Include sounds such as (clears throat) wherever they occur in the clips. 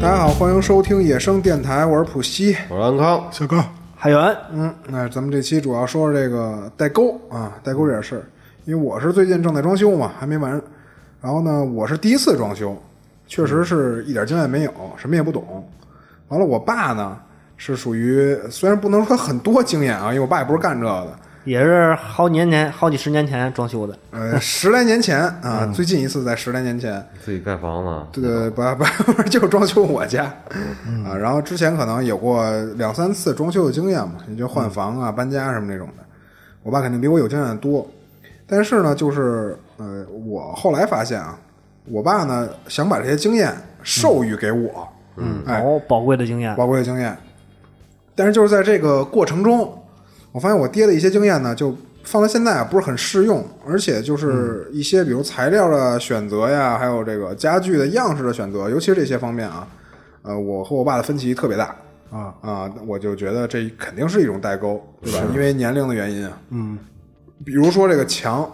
大家好，欢迎收听野生电台，我是普西。我是安康，小高，海源，嗯，那咱们这期主要说说这个代沟啊，代沟这点事儿。因为我是最近正在装修嘛，还没完。然后呢，我是第一次装修，确实是一点经验没有，什么也不懂。完了，我爸呢是属于虽然不能说很多经验啊，因为我爸也不是干这个的，也是好几年前、好几十年前装修的，呃，十来年前啊，最近一次在十来年前，自己盖房子，对对对，不不，就是装修我家啊。然后之前可能有过两三次装修的经验嘛，也就换房啊、搬家什么那种的。我爸肯定比我有经验的多，但是呢，就是呃，我后来发现啊，我爸呢想把这些经验授予给我，嗯，哎，好宝贵的经验。宝贵的经验。但是就是在这个过程中，我发现我爹的一些经验呢，就放到现在啊不是很适用，而且就是一些比如材料的选择呀，还有这个家具的样式的选择，尤其是这些方面啊，呃，我和我爸的分歧特别大啊啊，我就觉得这肯定是一种代沟，对吧？因为年龄的原因啊，嗯，比如说这个墙，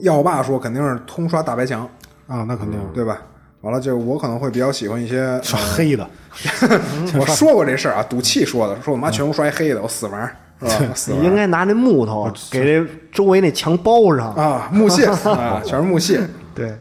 要我爸说肯定是通刷大白墙，啊，那肯定对吧？完了，就我可能会比较喜欢一些呃刷黑的， (laughs) 我说过这事儿啊，赌气说的，说我妈全屋刷一黑的，我死玩儿是嗯吧？死你玩嗯应儿该拿那木头给这周围那墙包上。啊，木屑啊，全是木屑。对，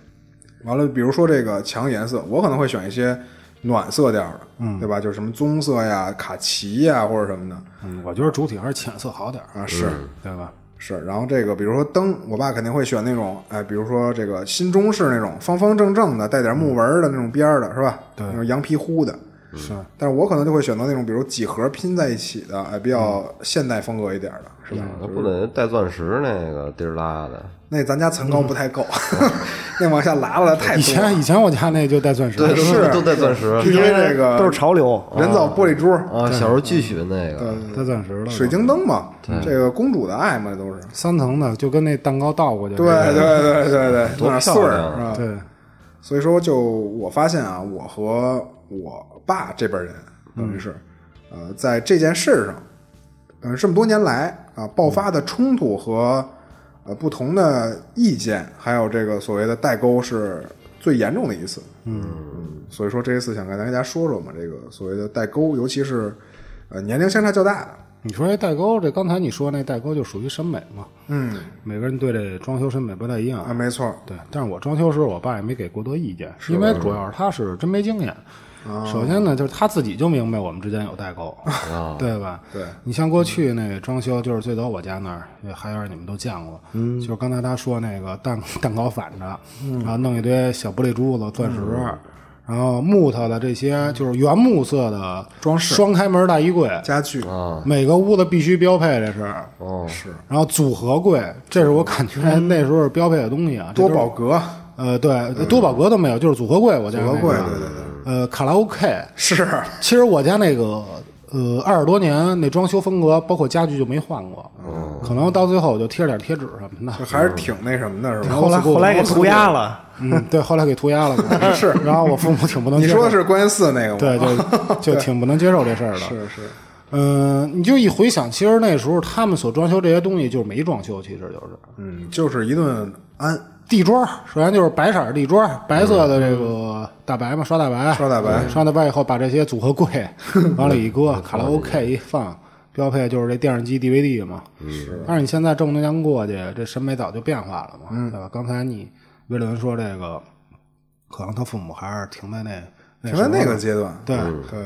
完了，比如说这个墙颜色，我可能会选一些暖色调的，嗯，对吧？就是什么棕色呀、卡其呀或者什么的嗯，我觉得主体还是浅色好点儿，啊，是对吧？是。然后这个，比如说灯，我爸肯定会选那种，哎，比如说这个新中式那种方方正正的，带点木纹儿的那种边儿的，是吧？对那种羊皮糊的。是，但是我可能就会选择那种，比如几何拼在一起的，哎，比较现代风格一点儿的，是吧？那啊不得带钻石那个地儿拉的，那咱家层高不太够， (laughs) 那往下拉了太嗯以多了。前以前我家那就带钻石，对，都是都带钻石因为这个都是潮流。人造玻璃珠、哦啊，小时候巨喜欢那个，带钻石了，水晶灯嘛，这个公主的爱嘛，都是。三层的，就跟那蛋糕倒过去，对对对对对，弄多点穗漂儿亮啊是吧？对，所以说，就我发现啊，我和我爸这辈儿人，等于是，呃，在这件事上，呃，这么多年来啊，爆发的冲突和呃不同的意见，还有这个所谓的代沟，是最严重的一次。嗯，所以说这一次想跟大家说说嘛，这个所谓的代沟，尤其是呃年龄相差较大的，你说这代沟，这刚才你说那代沟就属于审美嘛，嗯每个人对这装修审美不太一样啊，，没错，对，但是我装修时候，我爸也没给过多意见，因为主要是他是真没经验。首先呢，就是他自己就明白我们之间有代沟，啊对吧？对，你像过去那个装修，就是最早我家那儿，也还有你们都见过，嗯，就是刚才他说那个蛋 (laughs) 蛋糕反着，然后弄一堆小玻璃珠子、钻石，然后木头的这些就是原木色的装饰双开门大衣柜，家具啊，每个屋子必须标配，这是。哦，是然后组合柜，这是我感觉那时候是标配的东西啊，这多都是宝格，呃，对，多宝格都没有，就是组合柜，我家多那宝个贵，对对对，呃，卡拉 OK，是其实我家那个呃二十多年那装修风格，包括家具就没换过，哦可能到最后我就贴了点贴纸什么 (laughs) 就的。还是挺那什么的，是吧？后来后来给涂鸦了，嗯，对，后来给涂鸦 (laughs) 了嘛，是。然后我父母挺不能你接受，说的是关键四那个吗？对，就就挺不能接受这事儿的。 (laughs) 是是，嗯、你就一回想，其实那时候他们所装修这些东西就是没装修，其实就是嗯，就是一顿安地砖儿，首先就是白色儿地砖儿，白色的这个大白嘛，刷大白，刷大白嗯刷大白以后把这些组合柜 (laughs) 往里一搁，卡拉 OK 一放，标配就是这电视机 DVD 嘛。嗯是，但是你现在这么多年过去，这审美早就变化了嘛，嗯对吧？刚才你威伦说这个，可能他父母还是停在那停在嗯那时候个阶段，对，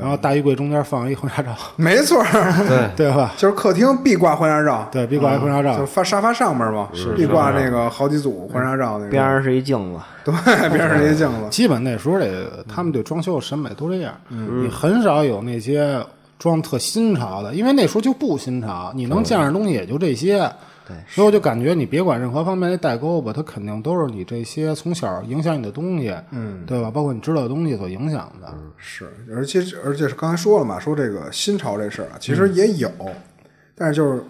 然后大衣柜中间放一婚纱照，没错儿， (laughs) 对，对吧？就是客厅必挂婚纱照，对，啊必挂一婚就纱照是，发沙发上面嘛，必挂那个好几组婚纱照那个，边上是一镜子。对，边上那些镜子，基本那时候得他们对装修的审美都这样，嗯你很少有那些装特新潮的，因为那时候就不新潮，你能见着东西也就这些。对，所以我就感觉你别管任何方面的代沟吧，它肯定都是你这些从小影响你的东西，嗯，对吧？包括你知道的东西所影响的。是，而且而且是刚才说了嘛，说这个新潮这事儿啊，其嗯实也有，但是就是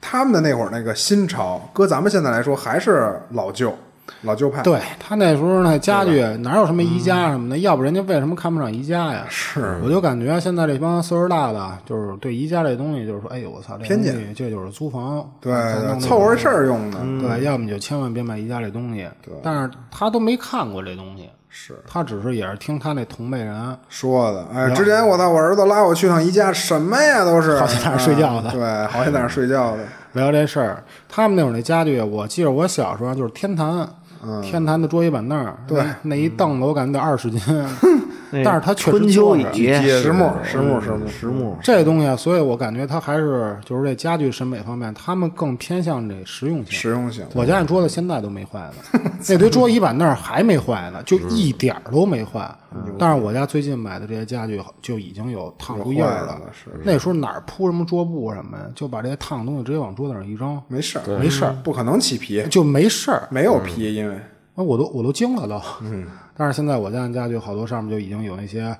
他们的那会儿那个新潮，搁咱们现在来说还是老旧，老旧派。对他那时候呢，家具哪有什么宜家什么的，要不人家为什么看不上宜家呀？是，我就感觉现在这帮岁数大的，就是对宜家这东西，就是说，哎呦我操，这偏见东西这就是租房，对，咱弄对这凑合事嗯儿用的。对，要么你就千万别买宜家这东西。但是他都没看过这东西，是他只是也是听他那同辈人，说的，哎，之前我操，我儿子拉我去趟宜家，什么呀都是，好像在那儿睡觉的啊对，好像在那儿睡觉的，聊这事儿。他们那会儿那家具，我记得我小时候就是天坛，天坛的桌椅板凳儿，嗯对那，那一凳子我感觉得二 (laughs) 十斤，但是它确实春秋坐已着决，实木，实木，实木，实木这东西啊，所以我感觉它还是就是这家具审美方面，他们更偏向这实用性。实用性。我家那桌子现在都没坏呢，那堆桌椅板凳还没坏呢，就一点儿都没坏。但是我家最近买的这些家具就已经有烫出印有儿坏了的。是那时候哪儿铺什么桌布啊什么呀，就把这些烫的东西直接往桌子上一扔，没事儿，嗯没事儿，不可能起皮，就没事儿。没有皮，因为那我都我都惊了都。嗯。 (laughs) 但是现在我家那家具好多上面就已经有那些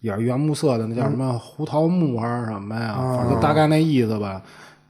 也是原木色的，那叫什么胡桃木还是什么呀？反正就大概那意思吧，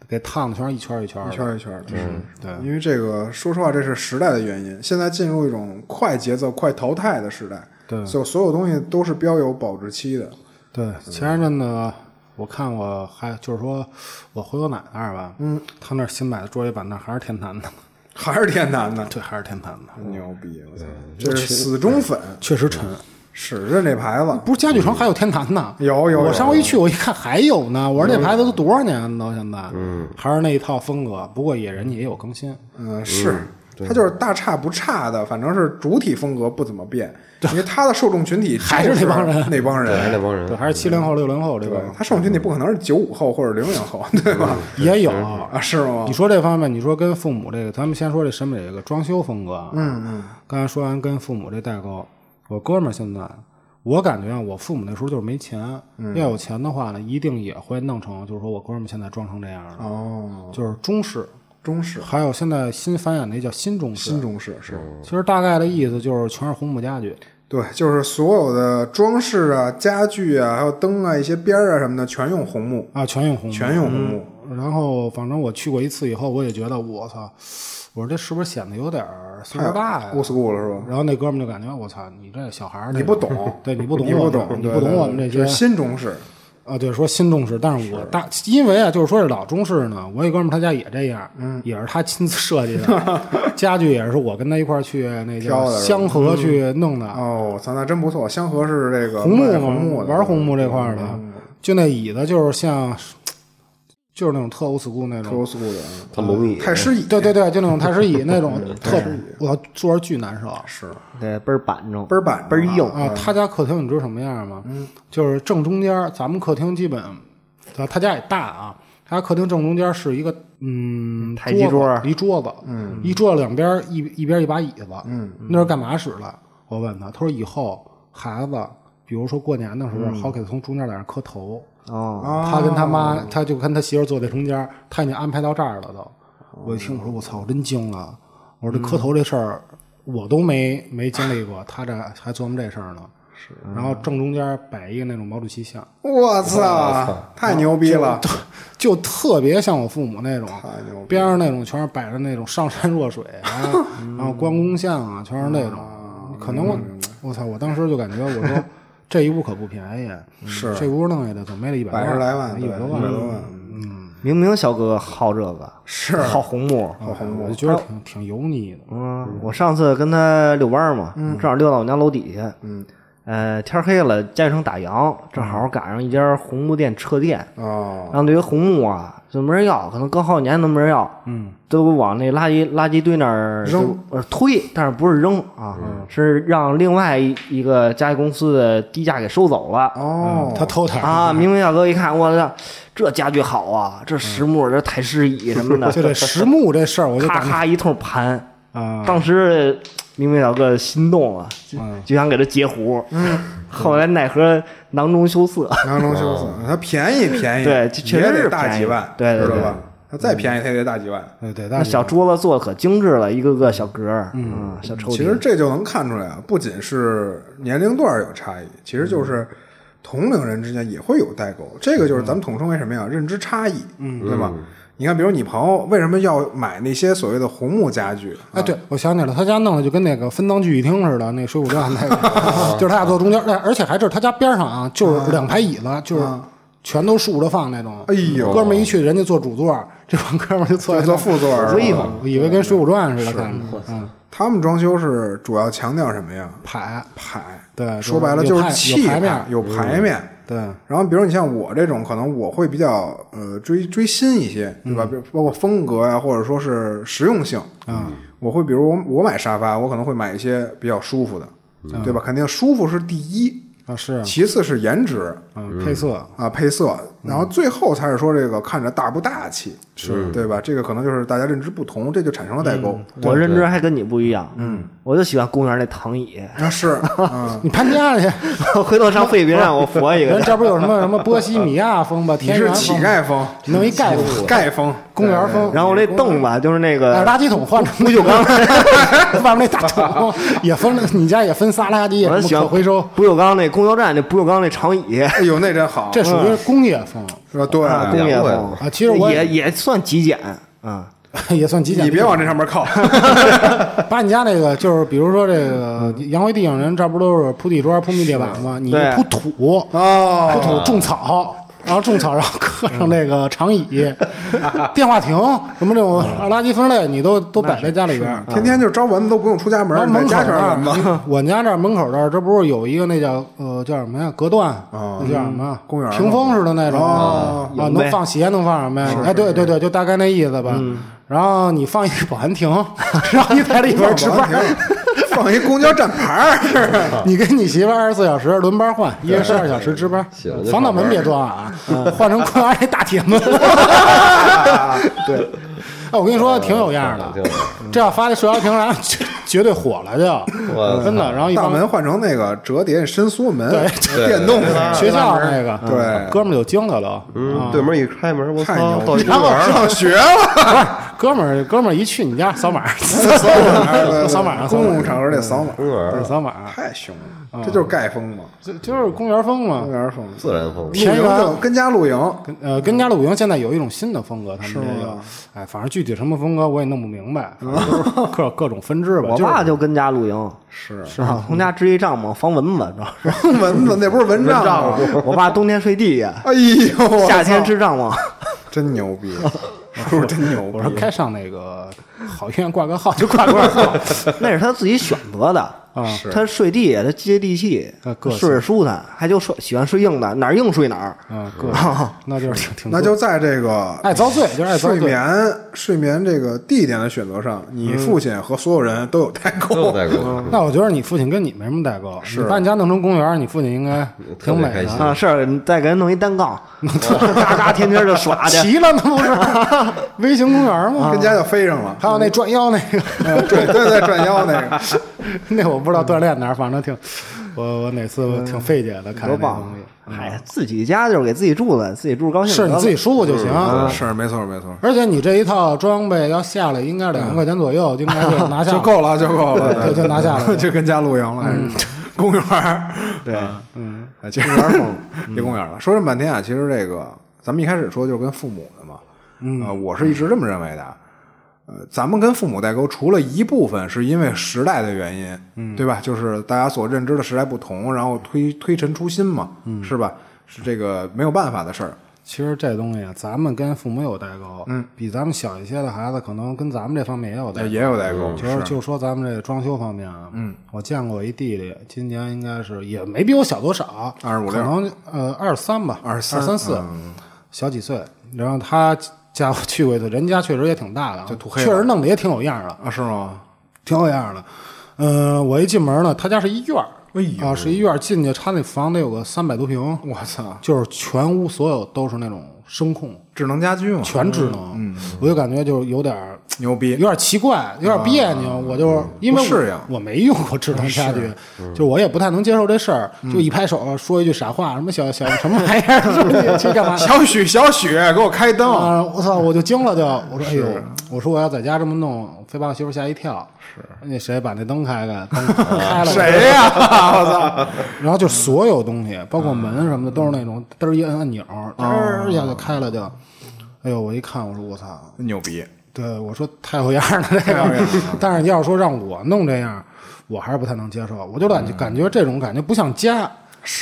给烫的全是一圈儿一圈儿一的。圈儿一圈儿的。是，对。因为这个，说实话，这是时代的原因。现在进入一种快节奏、快淘汰的时代，对所所有东西都是标有保质期的。对，嗯前一阵子我看我还就是说我回我奶奶那儿吧，嗯，她那儿新买的桌椅板凳还是天坛的，还是天坛的， (laughs) 对，还是天坛的，牛逼！我操，这是死忠粉，确实沉。使着这牌子。不是家具城还有天坛呢，嗯有有嗯我有上回一去我一看还有呢，我说这牌子都多少年了到现在，嗯，还是那一套风格，不过也人家也有更新，嗯，是，它就是大差不差的，反正是主体风格不怎么 (laughs) 变，因为它的受众群体就还是那帮人那帮还是那人，帮对，人，还是七零后六零后这嗯对个，它受众群体不可能是九五后或者零零后，对吧？也有。啊，是吗嗯你？说这方面，你说跟父母这个，咱们先说这审美这个装修风格。嗯嗯，刚才说完跟父母这代沟，我哥们儿现在，我感觉啊，我父母那时候就是没钱，要有钱的话呢，一定也会弄成，就是说我哥们儿现在装成这样的，哦，就是中式，中式、还有现在新繁衍那叫新中式。新中式是，其实大概的意思就是全是红木家具，对，就是所有的装饰啊、家具啊，还有灯啊、一些边儿啊什么的，全用红木，啊，全用红木。全用红木。然后反正我去过一次以后，我也觉得我操，我说这是不是显得有点儿岁数大呀？ old school 了是吧？然后那哥们就感觉我操，你这小孩儿这你不懂，对你不懂 (laughs) 你我不们懂，你对不懂对我们这对就是些新中式，啊，对，说新中式，但是我大因为啊，就是说是老中式呢，我一哥们儿他家也这样，嗯，也是他亲自设计 (laughs) 的，家具也是我跟他一块儿去那挑叫的是吧嗯香河去弄的，哦，操，那真不错。香河是这个红木卖嘛红木的，嗯玩红木这块儿的，就那椅子就是像就是那种特 old school 那种， old school 的，嗯他龙椅太师椅，嗯对对对，就那种太师 (laughs) 椅那种特，我坐着巨难受，是对，倍儿板正，倍儿板倍儿硬，啊，他家客厅你知道什么样吗？嗯，就是正中间儿，咱们客厅基本，他他家也大啊，他家客厅正中间儿是一个嗯太极桌桌子，一桌子，嗯，一桌子两边儿一一边儿一把椅子，嗯，那是干嘛使的？我问他，他说以后孩子，比如说过年的时候，好给他从中间儿在那儿磕头，哦，他跟他妈，他就跟他媳妇儿坐在中间儿，他已经安排到这儿了都。我一听，我说我操，我真惊了！我说这磕头这事儿我都没没经历过，他这还琢磨这事儿呢。是，然后正中间摆一个那种毛主席像， (laughs) 我操，太牛逼了，就特别像我父母那种，太牛逼边上那种全是摆着那种上善若水啊， (laughs) 然后关公像啊，全是那种。可能我我操，我当时就感觉我 (laughs) 说这一屋可不便宜，是这屋弄下来怎么也得一百百十来万，一对百多一百多万，嗯明明小哥哥好这个，是好红木，好红我就觉得挺挺油腻的。嗯，我上次跟他遛弯儿嘛，正好遛到我们家楼底下，嗯，呃，天黑了，家里正打烊，正好赶上一家红木店撤店，哦，然后那个红木啊，就没人要，可能隔好几年都没人要，嗯，都往那垃圾垃圾堆那儿扔就，呃，推，但是不是扔啊，是让另外一一个家具公司的低价给收走了。哦，嗯他偷塔啊！明明小哥一看，我操，这家具好啊，这实木，这太师椅什 (laughs) 么的，就这实木这事儿，我就咔感觉咔一通盘。啊，当时明明小哥心动了，就就想给他截胡。后来奈何囊中羞涩。囊中羞涩，它便宜便宜，对这确也实得是大便宜几万，对对知道对吧？它再便宜它也得大几万。对对，啊那但是小桌子做的可精致了，一个个小格儿，嗯，小抽屉。其实这就能看出来啊，不仅是年龄段有差异，其实就是同龄人之间也会有代沟。这个就是咱们统称为什么呀？认知差异，嗯，对吧？你看，比如你朋友为什么要买那些所谓的红木家具？哎，对，我想起来了，他家弄的就跟那个分赃聚义厅似的，那水浒传那个，就是他俩坐中间，那而且还是他家边上啊，就是两排椅子，就是全都竖着放那种。哎呦哥们儿一去，人家坐主座，这帮哥们儿就坐在做副座儿，威风我以为跟水浒传似的，看着，嗯，他们装修是主要强调什么呀？牌，牌，对说白了呃有就是派气有牌面嗯派有牌面。对，然后，比如你像我这种，可能我会比较呃追追新一些，对吧？嗯比如包括风格呀、或者说是实用性啊。我会比如我我买沙发，我可能会买一些比较舒服的，嗯对吧？肯定舒服是第一，啊是，其次是颜值嗯，配色，，啊配色，然后最后才是说这个看着大不大气，是对吧？这个可能就是大家认知不同，这就产生了代沟。我认知还跟你不一样，嗯，我就喜欢公园那躺椅，那是啊 (laughs) 你攀家去，回头上费别让我佛一人个。这不有什么什么波西米亚风吧，你天是然乞风，丐风，弄一盖子，丐风，公园风，然后我那凳吧，就是那哎，个，垃圾桶换成不锈钢， (laughs) 外面那大桶也分了，你家也分仨垃圾，也我什喜么欢嗯可回收，不锈钢那公交站那不锈钢那长椅，哎呦那真好，这属于工业风，是吧？对，啊，工业风 (laughs) 啊其实我也也算极简啊，也算极简。你别往这上面靠， (laughs) 把你家那个就是，比如说这个洋灰地上人，这不都是铺地砖、铺木地板吗？你就对铺土，铺 (laughs) 哦，土种草，然后种草，然后搁上那个长椅、电话亭什么这种垃圾分类，你都都摆在家里边儿。天天就招蚊子都不用出家啊门，然后你在门口家全这是蚊子。 (laughs) 儿，我们家这儿门口这儿，这不是有一个那叫呃叫什么呀？隔断那叫什么？哦嗯公园儿屏风似的那种哦啊，能放鞋，能放什么呀？哎，对对对，就大概那意思吧。嗯然后你放一保安亭， (laughs) 然后你在里边儿吃饭， (laughs) 放一公交站牌 (laughs) 儿，你跟你媳妇二十四小时轮班换，一人十二小时值班行就，防盗门别装啊，换成公园那大铁 (laughs) 门。对，哎，我跟你说，挺有样的嗯挺有样，这要发在社交平台上，绝绝对火了就，我真的。然后一大帮门换成那个折叠伸缩门，对电动 (laughs) 的，学校那个，嗯对哥们儿就惊了啊都。嗯，对门一开门，我太操，牛哦到逼一公 (laughs) 园儿了，上学了，不是，哥们儿，哥们儿一去你家扫码， (laughs) (laughs) 扫码儿，对对扫码儿公共场合得扫码儿，公园儿扫码，太凶了，这就是盖风嘛，就就是公园风嘛公。园风，自然风，露营田园就跟家露营，跟呃，跟家露营现在有一种新的风格，他们这个，哎，反正具体什么风格我也弄不明白，嗯反正就是各各种分支吧。我就是爸就跟家露营，是是吧？从家支一帐篷防蚊子，知道吗？蚊子那不是蚊帐吗？ (laughs) 我爸冬天睡地下，哎呦，我夏天操支帐篷。真牛 (laughs) 逼，叔叔真牛我说逼，该上那个好医院挂个号就挂个 (laughs) 号，哦那是他自己选择的啊是他睡地，他接地气啊，个性睡着舒坦，还就睡喜欢睡硬的，哪儿硬睡哪儿。嗯，各种那就是挺挺哦那就在这个爱遭罪，就是爱遭睡罪。嗯眠睡眠这个地点的选择上，你父亲和所有人都有代都有沟。代沟，那我觉得你父亲跟你没什么代沟，你把你家弄成公园，你父亲应该嗯特挺别美开心的。啊，是你再给人弄一单杠，嘎嘎天天就耍去。齐了那不是 (laughs) 微型公园吗？跟家就飞上了， (laughs) 还有那转腰那个， (laughs) 嗯对对对，转腰那个，那我不知道锻炼哪儿，反正挺，我我哪次嗯我挺费解的，看那多东棒西。！哎，自己家就是给自己住的，自己住高兴。是你自己。舒服就行。是没错没错，而且你这一套装备要下来，应该两万块钱左右，应该就拿下嗯 (laughs) 就了。够了就够了，啊对就拿下了 (laughs) 嗯就跟家露营了，还是 (laughs) 公园儿，对，嗯，啊其实公园 (laughs) 别公园了。说这么半天啊，其实这个咱们一开始说就是跟父母的嘛，嗯啊，我是一直这么认为的。呃，咱们跟父母代沟，除了一部分是因为时代的原因，嗯，对吧？就是大家所认知的时代不同，然后推推陈出新嘛，嗯，是吧？是这个没有办法的事儿。其实这东西啊，咱们跟父母有代沟，嗯，比咱们小一些的孩子可能跟咱们这方面也有代呃沟。也有代沟，嗯就是就说咱们这装修方面啊，嗯，我见过一弟弟，今年应该是也没比我小多少， 25可能呃二十三吧，二23三四，小几岁。然后他家伙去过一次，人家确实也挺大的啊，就涂黑了确实弄得也挺有样儿的，啊，是吗？挺有样儿的。嗯、我一进门呢，他家是一院儿，啊，是一院儿进去，他那房得有个三百多平，我操，就是全屋所有都是那种声控，智能家居嘛，全智能，我就感觉就是有点儿牛有逼， (laughs) 点儿奇怪，有点儿别扭，我就是因为啊嗯不适应嗯我我没用过智能家居，就我也不太能接受这事儿，就一拍手说一句傻话，什么小小什么玩意儿，是不是去 (laughs) 干嘛？小许，小许，给我开灯！啊！我操！我就惊了就，我说哎呦，我说我要在家这么弄，非把我媳妇吓一跳。是那谁把那灯开开，灯 (laughs) 开了谁呀、 (laughs) 我操！然后就嗯所啊有东西，包括门什么的，都是那种嘚儿一摁按钮，嘚儿一下就开了就。哎呦，我一看，我说我操，牛逼，对我说太有样儿了这个。 (laughs) 但是要是说让我弄这样，我还是不太能接受。我就感嗯觉感觉这种感觉不像家，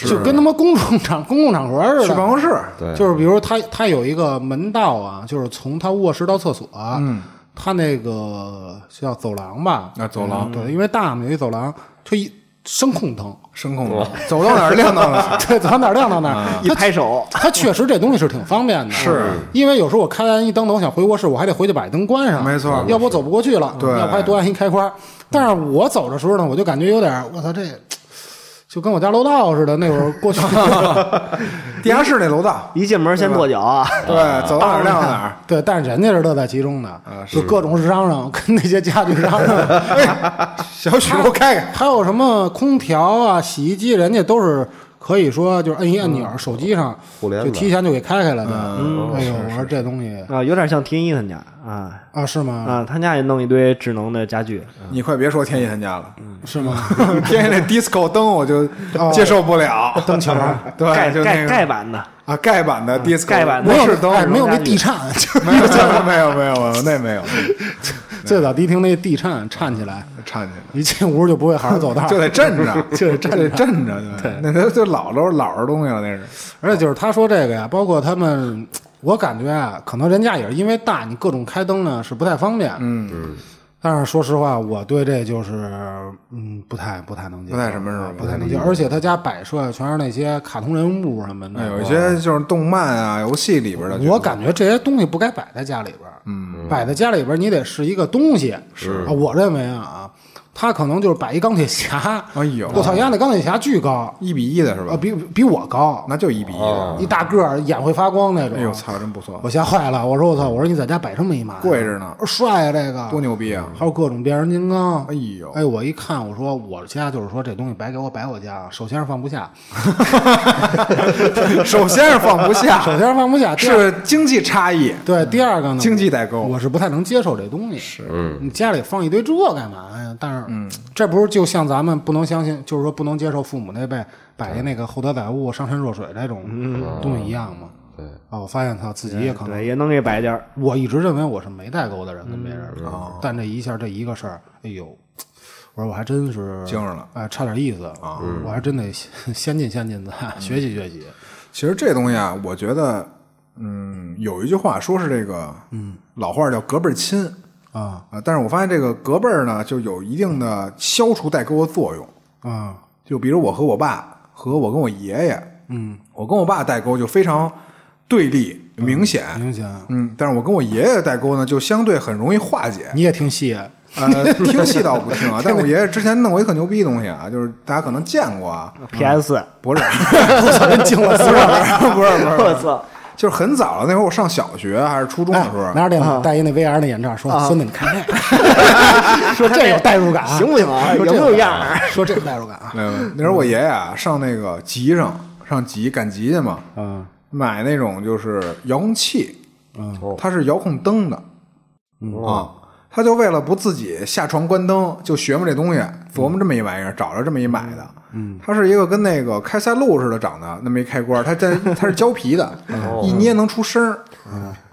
就跟他妈公众场公共场合似去的。办公室，对就是比如他他有一个门道啊，就是从他卧室到厕所、嗯，他那个叫走廊吧，啊走廊嗯对，因为大嘛有一走廊，他一声控灯，声控的，走到哪儿亮到 (laughs) 哪儿。对，走到哪儿亮到哪啊儿，一拍 (laughs) 手，他确实这东西是挺方便的，是因为有时候我开完一灯呢，我想回卧室，我还得回去把灯关上，没错要不我走不过去了，嗯对要不还多按一开关。但是我走的时候呢，我就感觉有点儿，我操这。就跟我家楼道似的，那会儿过去，地下室那楼道，一进门先跺脚啊，对，走到哪儿亮到哪儿。对，但是人家是乐在其中的，就各种嚷嚷，跟那些家具嚷嚷，小许，给我开开。还有什么空调啊、洗衣机，人家都是可以说就是摁一按钮，手机上互联就的提前就给开开了的。哎呦，我说这东西啊，有点像天一他们家啊啊，是吗？啊，他家也弄一堆智能的家具，你快别说天意他家了，是吗？天意那 disco 灯我就接受不了，灯球儿 (laughs) 对，盖哎就那盖个盖板的，啊盖板的 disco 盖板的模式灯，哎，没有那家具地 (laughs) 颤，就是没有没有没有没有那没有，最早第一听那地颤颤起来，颤起来。，一进屋就不会好好走 (laughs) 道就得镇着，啊就得就镇得着镇着，对，那都就老都是老实东西了，那是。而且就是他说这个呀，包括他们，我感觉啊，可能人家也是因为大，你各种开灯呢是不太方便。嗯但是说实话，我对这就是嗯不太不太能接受，不太什么是吧不太能接受。而且他家摆设全是那些卡通人物什么的，啊那哎有一些就是动漫啊、游戏里边的，我感觉这些东西不该摆在家里边儿，嗯，摆在家里边儿你得是一个东西，是，我认为啊，他可能就是摆一钢铁侠，哎呦我操，人家那钢铁侠巨高，一比一的是啊，吧？比比我高，那就一比一的。一大个儿，眼会发光那种，哎呦，操，真不错，我吓坏了，我说我操，我说你在家摆这么一嘛，贵着呢，帅啊这个，多牛逼啊！还有各种变形金刚，哎呦哎，我一看，我说我家就是说这东西白给我摆我家，首先是放 (laughs) 不下，首先是放不下，首先是放不下，第二是经济差异，对，第二个呢，嗯经济代沟我是不太能接受这东西。是，你家里放一堆这干嘛呀？但是，嗯这不是就像咱们不能相信，就是说不能接受父母那辈摆的那个厚德载物、上善若水这种嗯东西一样吗？对啊，我发现他自己也可能，对，也能给摆点儿。我一直认为我是没代沟的人，跟别人，哦但这一下这一个事儿，哎呦，我说我还真是精神了，哎，差点意思啊！我还真得先 (laughs) 先进先进咱嗯学习学习。其实这东西啊，我觉得，嗯，有一句话说是这个，嗯，老话叫隔辈儿亲啊啊，但是我发现这个隔辈儿呢，就有一定的消除代沟的作用。啊，就比如我和我爸和我跟我爷爷，嗯，我跟我爸代沟就非常对立明显，明显嗯，但是我跟我爷爷代沟呢，就相对很容易化解。你也挺细，呃，听戏倒不听啊，但我爷爷之前弄过一特牛逼的东西啊，就是大家可能见过啊， P.S. 不是， (laughs) 真惊了，不是，不是，不 (laughs) 我是，操，就是很早了，那会儿我上小学还是初中的时候，拿着电脑戴一那 VR 那眼罩，说啊孙子你看 (laughs) 这，说这有代入感，行不行啊？有说这没有样儿？说这有代入感啊？没有没有那时候我爷爷啊上那个集上上集赶集去嘛，嗯，买那种就是遥控器，它是遥控灯的，啊，他就为了不自己下床关灯，就学摸这东西，琢磨这么一玩意儿，找着这么一买的，嗯，它是一个跟那个开塞露似的长的，那么一开关，它在 (laughs) 它是胶皮的，一捏能出声儿，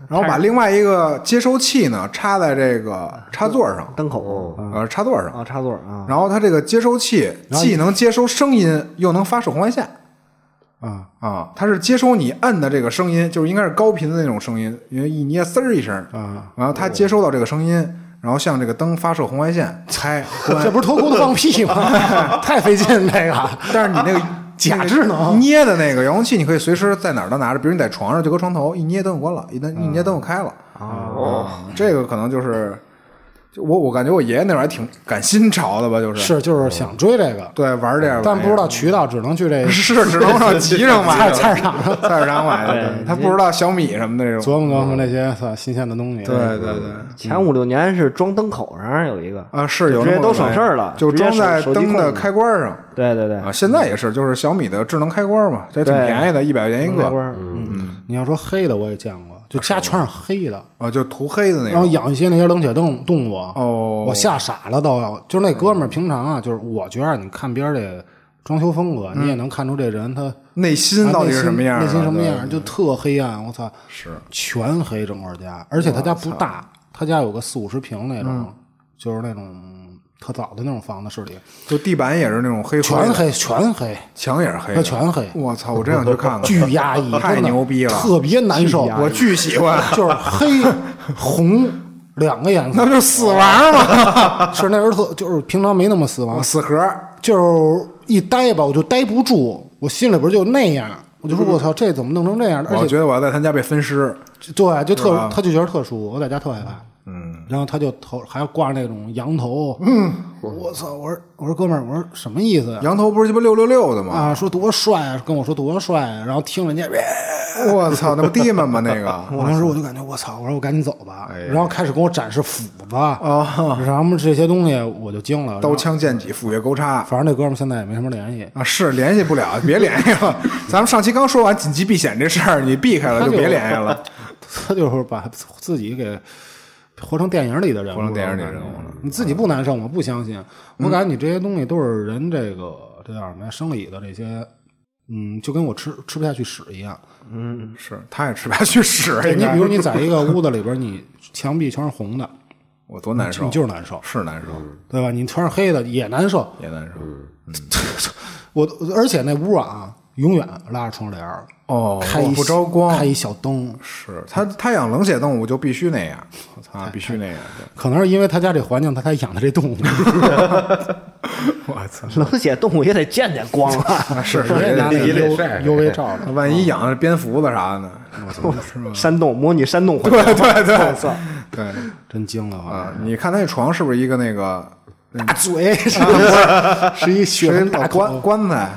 然后把另外一个接收器呢插在这个插座上，灯口呃，插座上，啊，插座啊，然后它这个接收器既能接收声音，又能发手红外线。啊啊，它是接收你摁的这个声音，就是应该是高频的那种声音，因为一捏丝儿一声啊，然后它接收到这个声音，然后向这个灯发射红外线，开这关。不是脱钩子放 (laughs) 屁吗？太费劲 (laughs) 这个。但是你那个假那个智能捏的那个遥控器，你可以随时在哪儿都拿着，比如你在床上就搁床头一捏灯就关了，一啊灯一捏灯就开了。哦，这个可能就是，就我我感觉我爷爷那会儿还挺赶新潮的吧，就是是，就是想追这个，对玩这样，但不知道渠道，只能去 (laughs) 这是只能上集上买菜的，菜市场 (laughs) 上菜市场买的，对他不知道小米什么的这种。琢磨琢磨那些操新鲜的东西。对对对，前五六年是装灯口上有一个，啊，是有嗯直接那么都个省玩意事儿了就直接装手在手机灯控的制开关上对对对，啊。现在也是，就是小米的智能开关嘛，这挺对便宜的，一百块钱一开个关嗯，你要说黑的，我也见过，就家全是黑的，啊，就涂黑的那然后种。养一些那些冷血动动物。哦，啊我吓傻了都，就是那哥们儿平常啊，就是我觉得你看边儿这装修风格，你也能看出这人他内嗯心啊到底内是什么样、啊？内心什么对样，就特黑暗。我操，是全黑整个家，而且他家不大，他家有个四五十平那嗯种，就是那种特早的那种房子，市里就地板也是那种黑灰的全黑，全黑，墙也是黑的，那全黑我操！我真想去看看， (laughs) 巨压抑，太真的牛逼了特别难受。我 (laughs) 巨喜欢，就是黑红两个颜那 (laughs) 色不，就是死亡吗？是那时候特就是平常没那么 (laughs) 死亡，死核，就是一待吧，我就待不住，我心里边就那样，我就说我操，这怎么弄成这样？而我且觉得我要在他家被分尸。对，就特，他就觉得特舒服，我在家特害怕。嗯，然后他就头还要挂那种羊头，嗯，我操，我说我说哥们儿，我说什么意思呀？羊头不是鸡巴六六六的吗？啊，说多帅啊，跟我说多帅啊，然后听人家， (laughs) 我操，那不地们吗？那个我当时我就感觉我操，我说我赶紧走吧，然后开始给我展示斧子哦啊，什么这些东西，我就惊了。然后刀枪剑戟斧钺钩叉反正那哥们儿现在也没什么联系，啊，是联系不了，别联系了。咱们上期刚说完紧急避险这事儿，你避开了他就就别联系了。他 (laughs) 就是把自己给活成电影里的人物活了，成电影里的人物了嗯你自己不难受吗？不相信，我感觉你这些东西都是人这个这叫什么呀？生理的这些，嗯，就跟我吃吃不下去屎一样。是，他也吃不下去屎。对应你该比如你在一个屋子里边，你墙壁全是红 (laughs) 的，我多难受，你就是嗯难受，是难受，对吧？你全是黑的也难受。也难受。我而且那屋啊，永远拉着窗帘儿哦开一不着光开一小灯。是他，他养冷血动物就必须那样，啊，必须那样。可能是因为他家这环境，他才养的这动 (laughs) 物。我操，冷血动物也得见见光啊！啊是是我也拿那也得个 UV 照着。万一养的蝙蝠子啥的呢？是吧？山洞模拟山洞 (laughs) 环对境，对我对操，对真惊了啊！啊！你看他那床是不是一个那个大 (laughs) 嘴是是一血是一盆老大棺棺。棺材，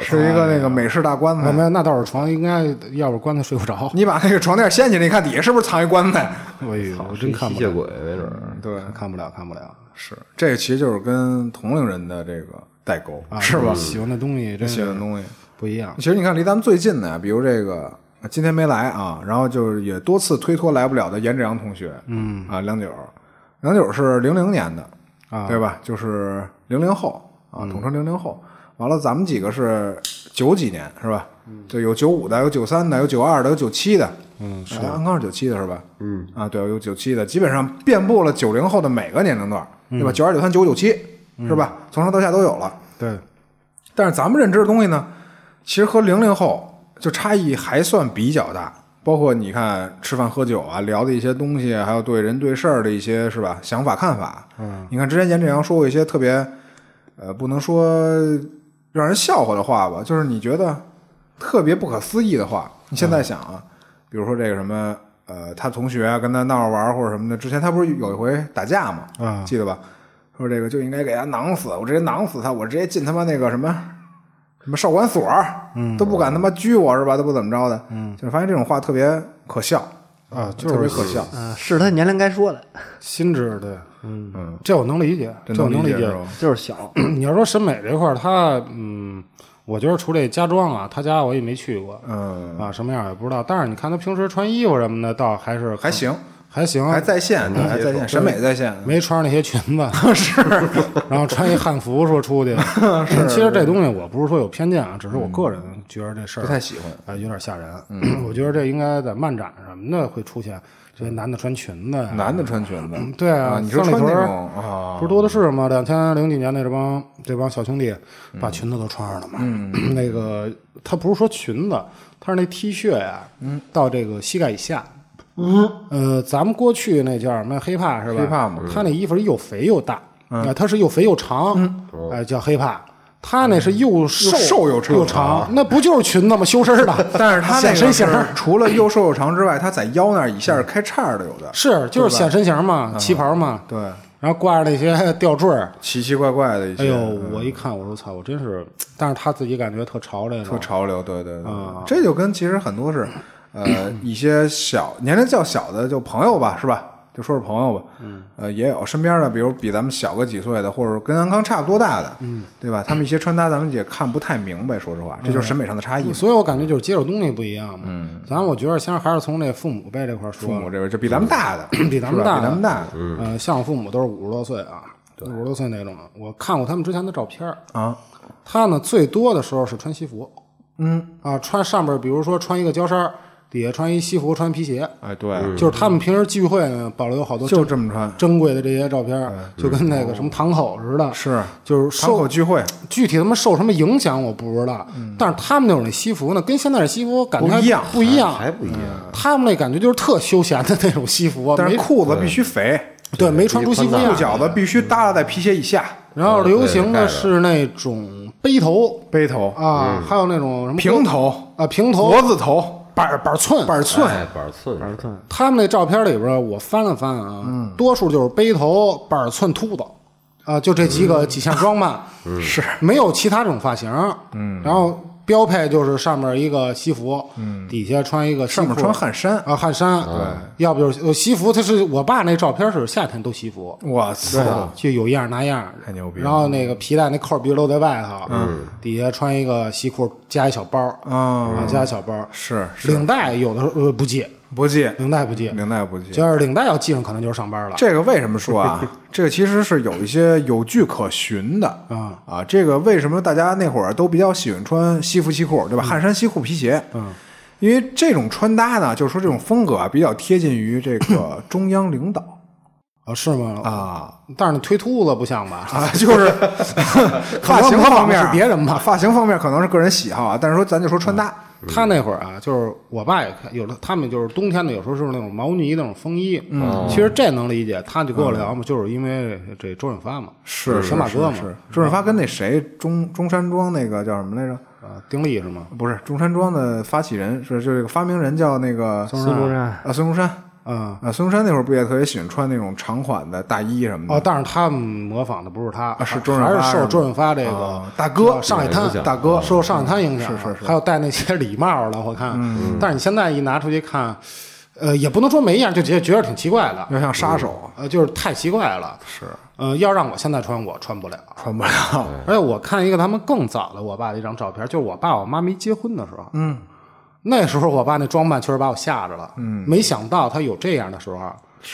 是一个那个美式大棺没材。有，那倒是床应该，要不棺材睡不着。你把那个床垫掀起来，你看底下是不是藏一棺材？哎呦，我真看吸不血了，鬼没准儿。对，看不了，看不了，是这其实就是跟同龄人的这个代沟，嗯啊是吧？喜欢的东西真写的是东西。不一样其。实你看，离咱们最近的，比如这个今天没来啊，然后就是也多次推脱来不了的严志阳同学，嗯啊，梁九，梁九是零零年的啊对吧？就是零零后啊，统称零零后。完了，咱们几个是九几年是吧？就有九五的，有九三的，有九二的，有九七的。嗯，是安康是九七的是吧？嗯啊，对，有九七的，基本上遍布了九零后的每个年龄段，对吧？九二、九三、九九七是吧？从上到下都有了。对，但是咱们认知的东西呢，其实和零零后就差异还算比较大。包括你看吃饭喝酒啊，聊的一些东西，还有对人对事儿的一些是吧想法看法。嗯，你看之前严志阳说过一些特别，呃，不能说让人笑话的话吧，就是你觉得特别不可思议的话。你现嗯在想啊，比如说这个什么，呃，他同学跟他闹着玩儿或者什么的，之前他不是有一回打架吗？啊记得吧？说这个就应该给他囊死，我直接囊死他，我直接进他妈那个什么什么少管所儿，嗯都不敢他妈拘我是吧？都不怎么着的，嗯，就是发现这种话特别可笑啊，特就别是可笑，嗯，是他年龄该说的，心智对，嗯，这我能理解，这这我能理理解解是。吧？就是小， (clears throat) 你要说审美这块儿，他嗯，我觉得除这家装啊，他家我也没去过嗯，啊，什么样也不知道。但是你看他平时穿衣服什么的，倒还是还行，还行，啊还在线，对还在线，审美在线，没穿那些裙子， (laughs) 是，然后穿一汉服说出去， (laughs) 是。其实这东西我不是说有偏见啊，只是我个人觉得这事儿不太喜欢。嗯啊有点吓人。 (clears throat) 我觉得这应该在漫展什么的会出现，这些男的穿裙子呀，男的穿裙子，对啊啊，你说三里穿那屯儿种啊，不是多的是吗？两千零几年那这帮这帮小兄弟嗯把裙子都穿上了嘛。 (clears throat) 那个他不是说裙子，他是那 T 恤呀、嗯到这个膝盖以下。嗯，呃，咱们过去那叫什么黑怕是吧？黑怕嘛嗯他那衣服是又肥又大，啊、他是又肥又长，哎、叫黑怕。他那是又瘦哎瘦又长又长，那不就是裙子吗？修身的， (laughs) 但是他那显个身形是儿，除了又瘦又长之外，他在腰那儿以下是开叉的，有的是就是显身形嘛，旗袍嘛，嗯对，然后挂着那些吊坠儿，奇奇怪怪的一些，嗯哎呦，我一看，我说操，我真是，但是他自己感觉特潮这特种，潮流，对对对，这就跟其实很多是，呃，一些小年龄较小的就朋友吧，是吧？就说是朋友吧，嗯，呃，也有身边的，比如比咱们小个几岁的，或者跟安康差不多大的，嗯，对吧？他们一些穿搭，咱们也看不太明白，说实话，这就是审美上的差异嘛。所以我感觉就是接受东西不一样嘛。嗯，咱我觉得先还是从这父母辈这块儿父嗯说，呃母这边就比咱们大的，比咱们是吧大的比咱们大的，嗯、像我父母都是五十多岁啊，五十多岁那种的。我看过他们之前的照片儿，啊，他呢最多的时候是穿西服嗯，啊，穿上边儿比如说穿一个胶衫儿，底下穿一西服，穿皮鞋，哎，对，嗯就是他们平时聚会呢保留好多就珍这么穿，珍贵的这些照片儿，就跟那个什么堂口似的，是就是堂口受聚会具体他妈受什么影响我不知道，但是他们那会儿那西服呢，跟现在的西服感觉不还一样不一样，还不一样，他们那感觉就是特休闲的那种西服啊，但是没裤子必须肥，对没穿出西服对样裤。脚子必须耷拉在皮鞋以下，然后流行对盖的着是那种背头背头、啊，还有那种什么平头、啊平头脖子头、板板寸。板寸，哎，板寸是，他们那照片里边，我翻了翻啊，多数就是背头、板寸、秃子，啊，就这几个几项装扮，是没有其他这种发型。嗯，然后标配就是上面一个西服，嗯，底下穿一个西上面服穿汗衫，啊汗衫，对，要不就是呃西服，他是我爸那照片是夏天都西服，哇塞，就有样儿拿样儿，太牛逼了然后那个皮带那扣儿必须露在外头，嗯，底下穿一个西裤加一小包儿，啊，啊加一小包儿，是是领带有的时候呃不系，不系，领带不系，领带不系。就是领带要系上可能就是上班了，这个为什么说 (laughs) 啊？这个其实是有一些有据可循的啊啊！这个为什么大家那会儿都比较喜欢穿西服西裤，嗯对吧？汗衫西裤皮鞋，嗯，因为这种穿搭呢，就是说这种风格啊，比较贴近于这个中央领导啊是吗？，啊，但是你推秃子不像吧？啊，就是 (laughs) 发型方面是别人吧 (laughs) 发型方面可能是个人喜好啊，但是说咱就说穿搭，他那会儿啊，就是我爸也看有的，他们就是冬天的，有时候是那种毛呢那种风衣。嗯，其实这能理解。他就跟我聊嘛，就是因为这周润发嘛，是小马哥嘛，是周润发跟那谁中中山装那个叫什么来着？啊，丁力是吗？不是中山装的发起人是是这个发明人叫那个孙中山啊孙中山啊，啊孙中山那会儿不也特别喜欢穿那种长款的大衣什么的哦，但是他们模仿的不是他，啊是还周润发还是是吗受周润发这个、啊大哥呃上海滩影响大哥受上海滩影响，是是是嗯还有戴那些礼帽了，我看。但是你现在一拿出去看，呃，也不能说没样，就觉得觉得挺奇怪的，要像杀手啊呃，就是太奇怪了。是，呃，要让我现在穿，我穿不了。穿不了，而且我看一个他们更早的我爸的一张照片，就是我爸我妈没结婚的时候，嗯，那时候我爸那装扮确实把我吓着了，嗯，没想到他有这样的时候，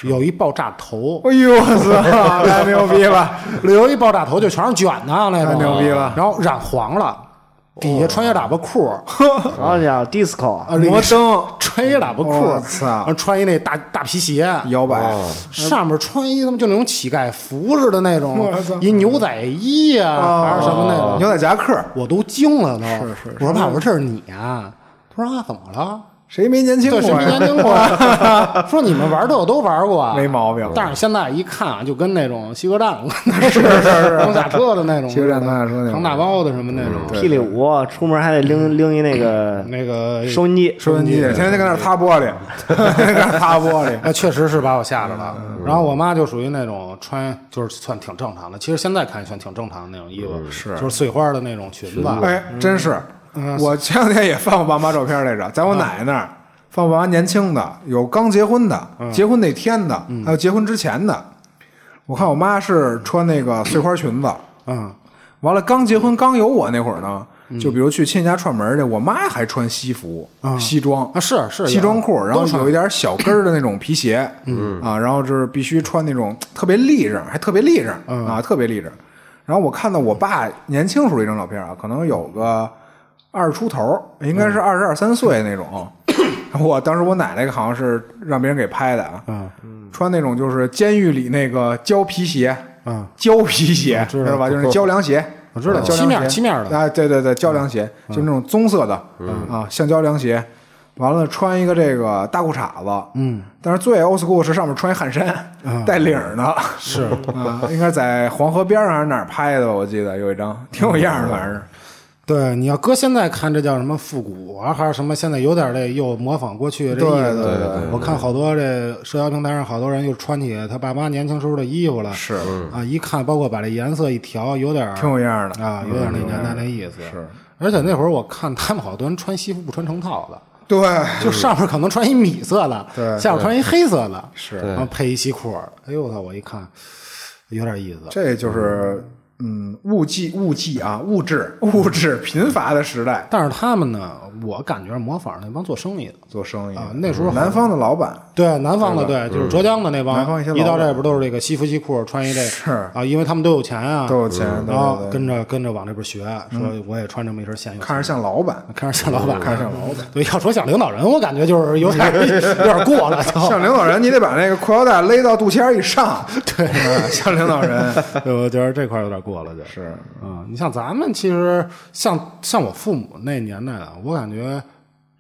有一爆炸头，哎呦我操，太牛逼了！留一爆炸头就全是卷的啊那太种，牛逼了然后染黄了，底下穿一喇叭裤， (laughs) 好家伙，disco，啊，里摩面登 (laughs) 穿一喇叭我裤，操然后穿一那大大皮鞋，哦摇摆，上面穿一他妈就那种乞丐服似的那种，一牛仔衣 (laughs) 啊，哦还是什么那种，牛仔夹克，我都惊了都。是是我说爸，我说这是你啊？他说啊，怎么了？谁没年轻对，过谁没呀年？轻过 (laughs) 呀？说你们玩的我都玩过啊，没毛病但是现在一看啊，就跟那种西客站是是是刚下车的那种，西客站刚下车那种扛大包的什么那种，霹雳舞，出门还得拎拎一那个那个 (laughs) 收音机，嗯收音机，天天在那儿擦玻璃，天天在那儿擦玻璃。嗯啊，确实是把我吓着了。然后我妈就属于那种穿，就是算挺正常的。其实现在看算挺正常的那种衣服，是就是碎花的那种裙子。哎，真嗯是，嗯呃我前两天也翻我爸妈照片来着，在我奶奶那儿翻我爸妈年轻的，有刚结婚的，嗯结婚那天的，还有结婚之前的。我看我妈是穿那个碎花裙子，嗯，完了刚结婚刚有我那会儿呢，就比如去亲戚家串门去，我妈还穿西服、西装啊是是西有装裤，然后都穿有一点小跟儿的那种皮鞋，嗯啊，然后就是必须穿那种特别立正，还特别立正、啊，特别立正。然后我看到我爸年轻时候一张照片啊，可能有个二十出头，应该是二十二三岁那种。 (laughs) 我当时我奶奶好像是让别人给拍的啊，嗯穿那种就是监狱里那个胶皮鞋，嗯，胶皮鞋知道知道吧？就是那胶凉鞋，我知道啊胶漆面凉鞋漆面的嗯啊，对对对，胶凉鞋，就那种棕色的啊，橡胶凉鞋。完了，穿一个这个大裤衩子，嗯，但是最 old school 是上面穿一汗衫，嗯带领儿 (laughs) 的，是啊，应该在黄河边上还是哪儿拍的吧？我记得有一张挺有样儿的，反正是对，你要搁现在看，这叫什么复古啊，还是什么？现在有点这又模仿过去这对意思。对对我看好多这社交平台上好多人又穿起他爸妈年轻时候的衣服了，是啊，一看包括把这颜色一调，有点儿挺有样儿的啊，有点那年代那意思。是，而且那会儿我看他们好多人穿西服不穿成套的，对，就上面可能穿一米色的，对下面穿一黑色的，是然后配一西裤儿。哎呦我操！我一看，有点意思。这就是嗯，物技物技啊，物质物质贫乏的时代，但是他们呢，我感觉是模仿那帮做生意的，做生意啊那时候南方的老板对南方的，对就是浙江的那帮，南方一些老一到这儿板不都是这个西服西裤，穿一这是啊，因为他们都有钱啊，都有钱，对然后对对嗯跟着跟着往这边学，说我也穿这么一身现有看着像老板，看着像老板，看着像老板。 (laughs) 对，要说像领导人，我感觉就是 (laughs) 有点有点过了，像领导人，你得把那个裤腰带勒到肚脐眼以 (laughs) 上。对，像领导人，就 (laughs) 对，我觉得这块儿有点过了，就是是啊、你像咱们其实像像我父母那年代的，我感觉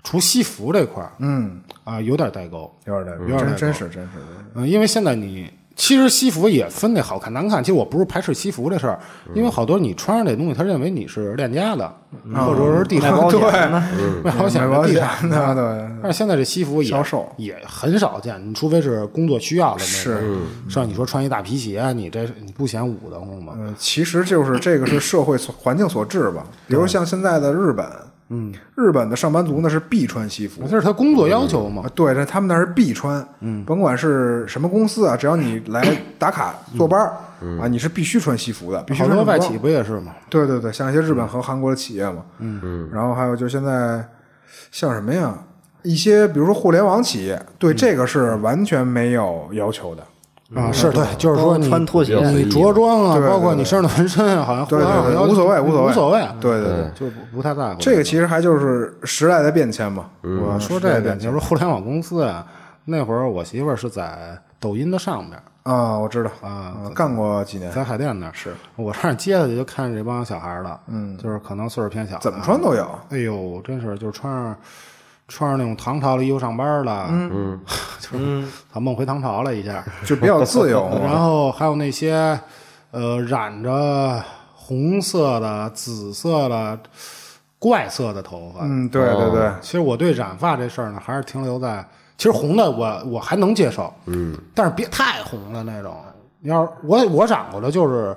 除西服这块儿嗯，啊有点代沟，有点儿有点儿真那真个是真是，嗯，因为现在你其实西服也分那好看难看。其实我不是排斥西服这事儿，因为好多你穿上这东西，他认为你是链家的，嗯嗯或者说是地卖产保险的，呢，卖保险买的嗯保地险产的，对，但是现在这西服也销售也很少见，你除非是工作需要的那种。是像你说穿一大皮鞋，你这你不显武的慌吗？嗯，其实就是这个是社会所环境所致吧。比如像现在的日本，嗯，日本的上班族呢是必穿西服那，这是他工作要求嘛啊，？对，这他们那儿是必穿，嗯，甭管是什么公司啊，只要你来打卡坐班儿啊，你是必须穿西服的，必须嗯好穿多正外装企不也是吗？对对对，像一些日本和韩国的企业嘛，嗯嗯，然后还有就现在像什么呀，一些比如说互联网企业对嗯这个是完全没有要求的，啊，是对，就是说你穿拖鞋有你着装啊，对对包括你身上的纹身啊，好像互对联网对对，要求无所谓无所谓无所谓，嗯对对对，就不不太在乎这个其实还就是时代的变迁嘛，我说这个，你说互联网公司啊，那会儿我媳妇儿是在抖音的上边儿，啊，我知道啊嗯干过几年，在海淀那儿。是我上接她去，就看这帮小孩儿了，嗯，就是可能岁数偏小，怎么？穿都有，哎呦，真是就是穿上穿上那种唐朝的衣服上班儿了，嗯， (laughs) 就是他梦回唐朝了一下，就比较自由嘛， (laughs) 然后还有那些呃染着红色的、紫色的、怪色的头发，嗯，对对对，其实我对染发这事儿呢，还是停留在其实红的我我还能接受，嗯，但是别太红了那种。你要是我我染过的就是，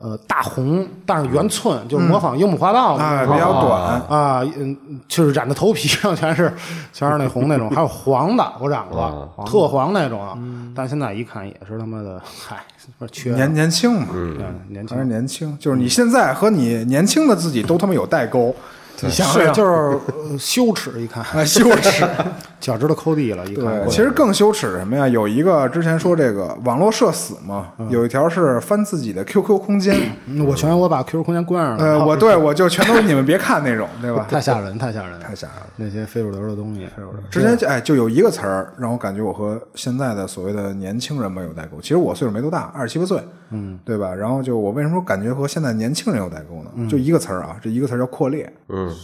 呃，大红，但是圆寸，就是模仿樱木花道嗯那哎，种比较短，啊，嗯，就是染的头皮上全是全是那红那种，还有黄的，我染过，特黄那种，啊但现在一看也是他妈的，嗨，他妈缺嗯年年轻嘛，嗯年还是轻。年轻，就是你现在和你年轻的自己都他妈有代沟，你想是，想就是呃羞耻，(laughs) 一看啊，羞 (laughs) 耻。脚趾头抠地了，一看对，其实更羞耻什么呀？有一个之前说这个网络社死嘛，有一条是翻自己的 QQ 空间，嗯我全我把 QQ 空间关上了，呃，我对我就全都你们别看那种，对 (laughs) 吧？太吓人，太吓人，太吓人了。那些非主流的东西，非主流之前就哎，就有一个词儿让我感觉我和现在的所谓的年轻人们有代沟。其实我岁数没多大，二十七八岁，嗯，对吧？然后就我为什么感觉和现在年轻人有代沟呢？就一个词儿啊，这一个词儿叫扩列。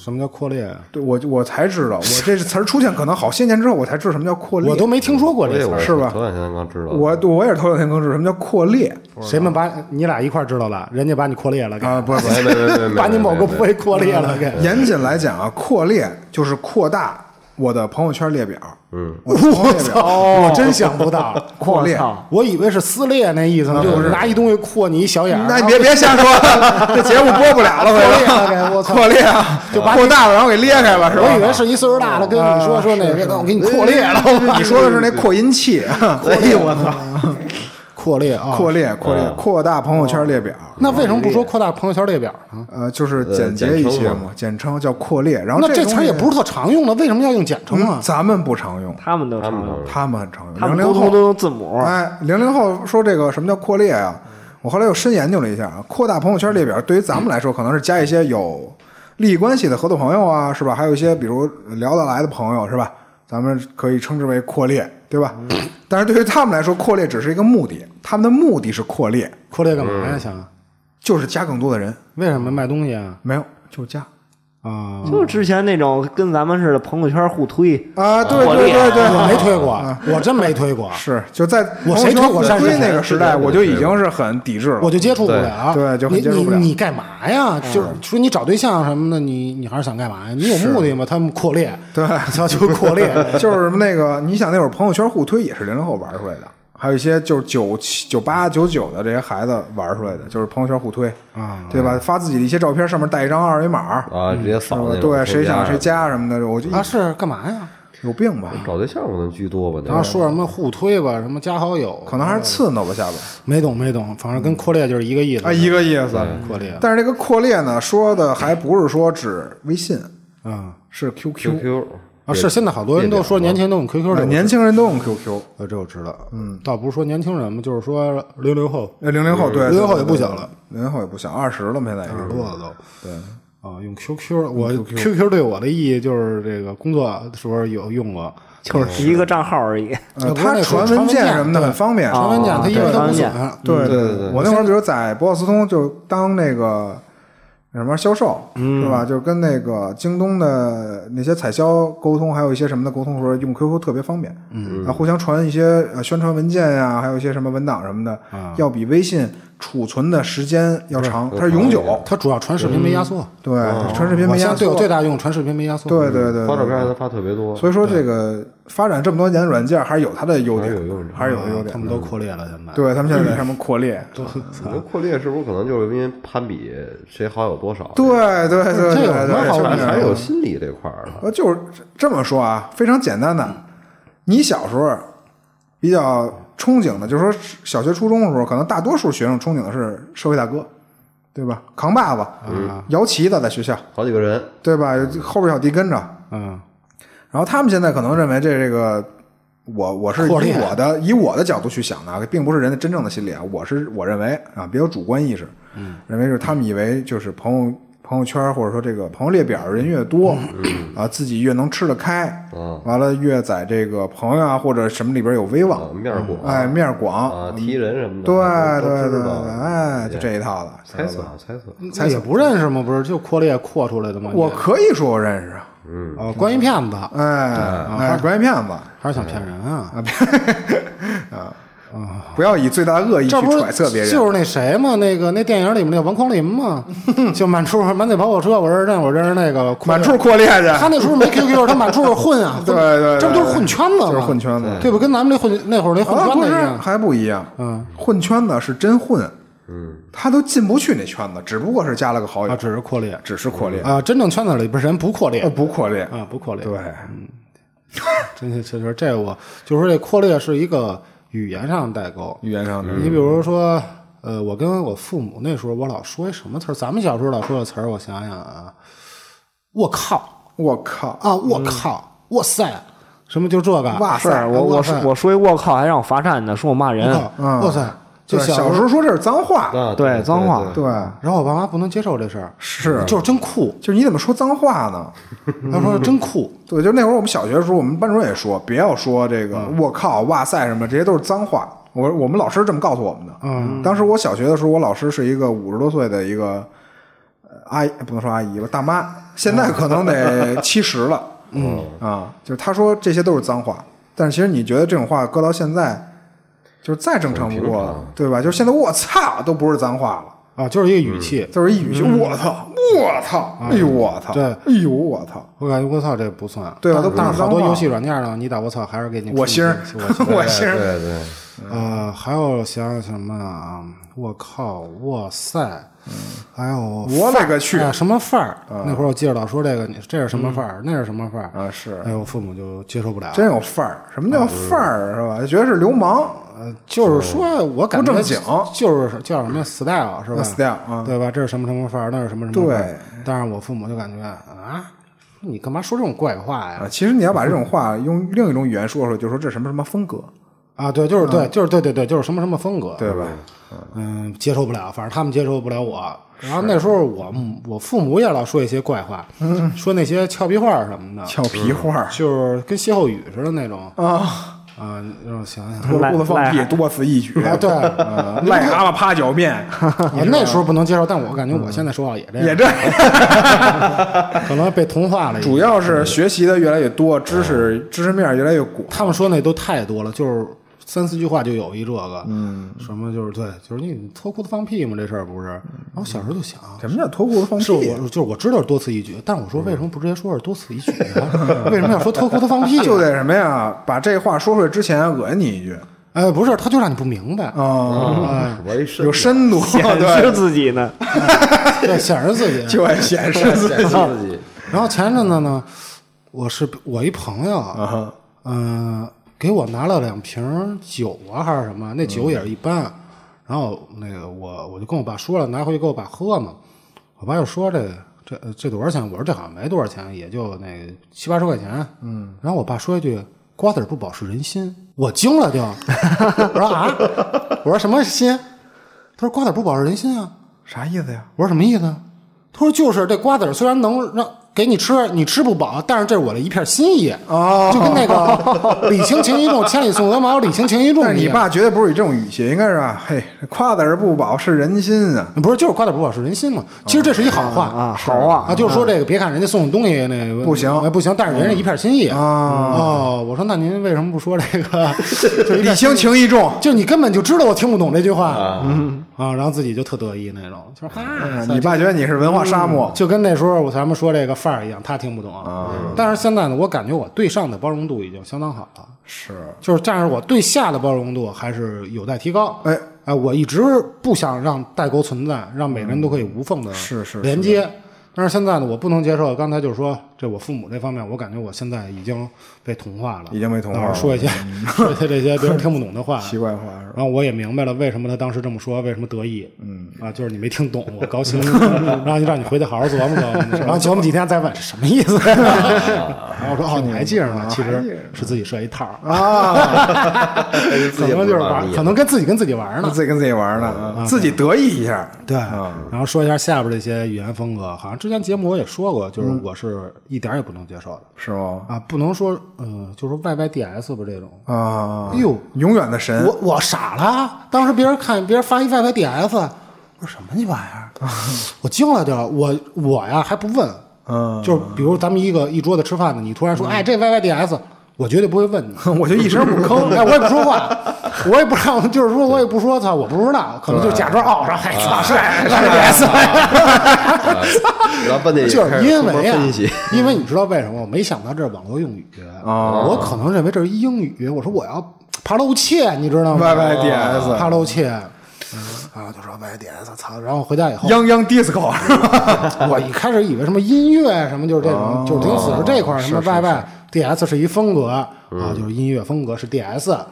什么叫扩列？啊？对我我才知道，我这词儿出现可能好些年之后，我才知道什么叫扩列。我都没听说过我这也词我儿，是吧头两天刚知道，我我也是头两天刚知道什么叫扩列谁们把你俩一块儿知道了，人家把你扩列了，给啊，不是不是。哎没没没没没， (laughs) 把你某个没部位扩列了，给。 (laughs) 严谨来讲啊，扩列就是扩大我的朋友圈列表。嗯，我的朋友我列表操！我真想不 (laughs) 到，啊扩列。操我以为是撕裂那意思呢，就是拿一东西扩你一小眼儿，那你别别 (laughs) 瞎说， (laughs) 这节目播不了了，回扩列了给头我操扩列啊，就扩大了，然后给裂开了，是吧？我以为是一岁数啊大的跟你说说那个，我给你扩列了，你说的是那 (laughs) 扩音器，哎呦我操！扩列啊， (laughs) 扩。列、扩列、扩大朋友圈列表。那为什么不说扩大朋友圈列表呢？哦呃，就是简洁一些嘛，简称叫扩列。然后那这词东儿西也不是特常用的，为什么要用简称啊嗯？咱们不常用，他们都他常们用，他们很常用。他们零沟零后通都用字母，哎，零零后说这个什么叫扩列啊？我后来又深研究了一下啊，扩大朋友圈列表对于咱们来说，可能是加一些有利益关系的合作朋友啊，是吧？还有一些比如聊得来的朋友，是吧？咱们可以称之为扩列，对吧？但是对于他们来说，扩列只是一个目的，他们的目的是扩列，扩列干嘛嗯呀？想就是加更多的人，为什么卖东西啊？没有就加啊，就是之前那种跟咱们似的朋友圈互推，啊，对扩对列对啊对，我没推过，我真没推过，是就在我朋友谁圈推我回上归谁那个时代，我就已经是很抵制了我。就接触不了。对就很你接触不了嗯你你干嘛呀？就是说你找对象什么的，你你还是想干嘛呀？你有目的吗？他们扩列，对 (laughs) 他就扩列。 (laughs) (laughs) 就是那个，你想那会儿朋友圈互推也是零零后玩出来的，还有一些就是九七、九八、九九的这些孩子玩出来的，就是朋友圈互推啊，对吧？发自己的一些照片，上面带一张二维码，啊，直接是扫吧那？种对，谁想谁加加什么的，我就啊，是干嘛呀？有病吧？找对象可能居多吧，然后说什么互推吧，什么加好友，可能嗯还是刺挠吧下巴啊没懂没懂，反正跟扩列就是一个意思啊，一个意思。扩列。但是这个扩列呢，说的还不是说指微信，啊是 QQ， QQ 啊！是现在好多人都说年轻人都用 QQ 呃这年轻人都用 QQ，呃，这我知道。嗯，倒不是说年轻人嘛，就是说零零后呃，零零后对，嗯零零后也不小了，嗯零零后也不小，二十了嘛，现在也是。多了都。对啊，用 QQ，我 QQ 对我的意义就是这个工作时候有用哦过，就是一个账号而已。呃那不是他那时传候传文文件件哦什么的很方便，传文件它因为它传无文件损，对对对对我那会儿比如在博奥斯通就当那个那什么销售，是吧？就是跟那个京东的那些采销沟通，还有一些什么的沟通的时候，用 QQ 特别方便，嗯啊，互相传一些呃宣传文件呀、还有一些什么文档什么的，要比微信储存的时间要长，它是永久，它主要传视频没压缩。对，传视频我嗯没现压在对缩我，最大嗯用传视频没压缩。对对对发照对。片还能发特别多，呃所以说，这个发展这么多年，软件还是有它的优点还是有优，点还是有啊优他点。嗯们都扩列了，现在。对他们现在在上面扩列，你说扩列是不是可能就是因为攀比谁好有多少？对对对对这有对，什么好这还么是，还着是有心理这块儿的。呃，就是这么说啊，非常简单的。你小时候比较憧憬的，就是说小学、初中的时候，可能大多数学生憧憬的是社会大哥，对吧？扛把子，嗯摇旗子在学校，好几个人，对吧？后边小弟跟着。嗯，然后他们现在可能认为这这个，我我是以扩列我的以我的角度去想的啊，并不是人的真正的心理啊。我是我认为啊，别有主观意识，嗯，认为就是他们以为就是朋友朋友圈或者说这个朋友列表人越多，啊，自己越能吃得开，嗯完了越在这个朋友啊或者什么里边有威啊望，面儿广，哎，面儿广，啊，提人什么的，对都对都对知道对，哎，就这一嗯套的。猜测啊，猜测，他也不认识吗？不是，就扩列扩出来的吗？我可以说我认识，嗯，啊，关于骗子，哎啊哎，关于骗子还是想骗人啊？不要以最大的恶意去这不是揣测别人，就是那谁嘛，那个那电影里面那王匡林嘛，就满处满嘴跑火车，我认识那我认识那个满处扩列去，他那时候没 QQ，他满处混啊，混 (laughs) 对对对这不就是混圈子就吗？是混圈子对吧？跟咱们那混那会儿那混啊，不圈子一是样。还不一样，嗯，混圈子是真混，嗯，他都进不去那圈子，只不过是加了个好啊，友，只是扩列只是扩列，啊，真正圈子里边人不扩列呃，不扩列，啊，不扩列。对，真是其实这我就说这扩列是一个语言上的代沟。语言上的你比如说，呃，我跟我父母那时候，我老说一什么词儿，咱们小时候老说的词儿，我想想啊，我靠我靠，啊，我靠，哇塞，什么就这个，嗯哇是塞，我哇我塞说我说一我靠，还让我罚站呢，说我骂人。我靠，哇塞，嗯就对小小时候说这是脏话，啊，对对，脏话对，然后我爸妈不能接受这事儿，是，嗯就是真酷，就是你怎么说脏话呢？他说真酷，对，就那会儿我们小学的时候，我们班主任也说，不要说这个“我靠”“哇塞”什么，这些都是脏话。我我们老师这么告诉我们的。嗯，当时我小学的时候，我老师是一个五十多岁的一个呃阿姨，不能说阿姨吧，大妈，现在可能 (laughs) 得七十了。嗯啊，就是她说这些都是脏话，但是其实你觉得这种话搁到现在，就是再正常不过了，对吧？就是现在“我操”都不是脏话了。啊，就是一个语气，就是一语气，我操，我操，哎呦我操，对哎呦我操，我感觉我操这不算，对啊但都不但是好多脏话游戏软件呢，你打我操还是给你我嗯星儿 (laughs) 出一个我对星儿，对对，呃，还有想想什么啊？我靠，哇塞！还有嗯我勒个去啊嗯哎呀什么范儿？那会儿我记着老说这个，你这是什么范儿？那是什么范儿？啊是哎，我父母就接受不了。啊真有范儿。什么叫范儿是吧？就觉得是流氓呃，就是说我感觉不正经就是叫什么 style 是吧 style 啊对吧？这是什么什么范儿？那是什么什么范儿对？但是我父母就感觉啊，你干嘛说这种怪话呀啊！？其实你要把这种话用另一种语言说出来，就说这什么什么风格，啊，对，就是对，就是对对对，就是什么什么风格，嗯对吧？嗯，接受不了，反正他们接受不了我。然后那时候我母我父母也老说一些怪话，说那些俏皮话什么的，嗯俏皮话就是跟歇后语似的那种嗯 (laughs) 啊，啊。让我想想 (laughs) 脱裤子放屁，癞多此一举。啊，对，啊 (laughs) 啊癞蛤蟆趴脚 (laughs) 面那时候不能接受，但我感觉嗯我现在说话也这也样，这，可能被同化了。主要是学习的越来越多，知识知识面越来越广。他们说那都太多了，就是三四句话就有一这个，嗯，什么就是对，就是你脱裤子放屁嘛，这事儿不是。嗯然后小时候就想，什么叫脱裤子放是屁啊我？就是我知道是多此一举，但我说为什么不直接说是多此一举呢？ (laughs) 为什么要说脱裤子放屁？(laughs) 啊就得什么呀？把这话说出来之前恶心你一句哎，不是，他就让你不明白，啊，啊，我一身有深度， (laughs) 显 (laughs) 示哦对，自己呢，对，显示自己。 (laughs) 就爱显示自己。自己，然后前阵子呢，我是我一朋友，啊嗯、给我拿了两瓶酒啊，还是什么，那酒也是一般。然后那个我我就跟我爸说了，拿回去给我爸喝嘛。我爸就说这这呃这多少钱？我说这好像没多少钱，也就那个七八十块钱。嗯，然后我爸说一句：“瓜子儿不饱是人心。”我惊了就， (laughs) 我说啊，我说什么心？他说瓜子儿不饱是人心啊。啥意思呀？我说什么意思啊？他说就是这瓜子儿虽然能让给你吃，你吃不饱，但是这是我的一片心意。哦就跟那个礼轻情意重，千里送鹅毛，礼轻情意重一但样。是你爸绝对不是以这种语气，应该是吧？嘿，夸子儿不饱是人心啊！不是就是瓜子不饱是人心哦嘛？其实这是一好话啊好啊啊，就是说这个别看人家送你东西那个嗯不行哎不行，但是人家一片心意啊哦，我说那您为什么不说这个？ (laughs) 就一礼片轻情意重，就你根本就知道我听不懂这句话，嗯啊，然后自己就特得意那种，就是哈，你爸觉得你是文化沙漠，就跟那时候我咱们说这个范儿一样，他听不懂。啊但是现在呢，我感觉我对上的包容度已经相当好了，是就是啊但是我对下的包容度还是有待提高。哎哎，我一直不想让代沟存在，让每个人都可以无缝的是是是连接。但是现在呢，我不能接受。刚才就是说，这我父母这方面，我感觉我现在已经被同化了，已经被同化了嗯老是说一些 (laughs) 说一些这些别人听不 (laughs) 懂的话。奇怪话是吧？然后我也明白了为什么他当时这么说，为什么得意。嗯，啊，就是你没听懂，我高兴， (laughs) 然后就让你回去好好琢磨琢磨。然后琢磨几天再问是什么意思。 (laughs) 然后我说哦，你还记着呢，其实是自己设一套儿，可自己能不就知是道玩，你可能跟自己跟自己玩呢。自己跟自己玩呢，啊自己得意一下。嗯啊对，嗯然后说一下下边这些语言风格，好像之前节目我也说过，就是我是一点儿也不能接受的是吗？啊，不能说，嗯，就是 Y Y D S 吧这种，啊，哎呦，永远的嗯神，我我傻了，当时别人看别人发一 Y Y D S，我说什么你玩意儿，我惊了就，我我呀还不问，嗯，就是比如咱们一个一桌子吃饭的，你突然说，哎，这 Y Y D S。我绝对不会问你， (laughs) 我就一声不 (laughs) 吭。哎，我也不说话，我也不知道，就是说我也不说，操，我不知道，可能就假装哦，说嗨，操，是 YYDS，然后半夜就是因为呀分析，因为你知道为什么？我没想到这是网络用语，我可能认为这是英语。我说我要怕露怯，你知道吗 YYDS 怕露怯。嗯啊，就说 YDS，操！然后回家以后，泱泱 (laughs) disco，我一开始以为什么音乐啊什么就是这哦种，就是零死是这块儿什么 YYDS 是一风格啊，嗯就是音乐风格是 DS 啊。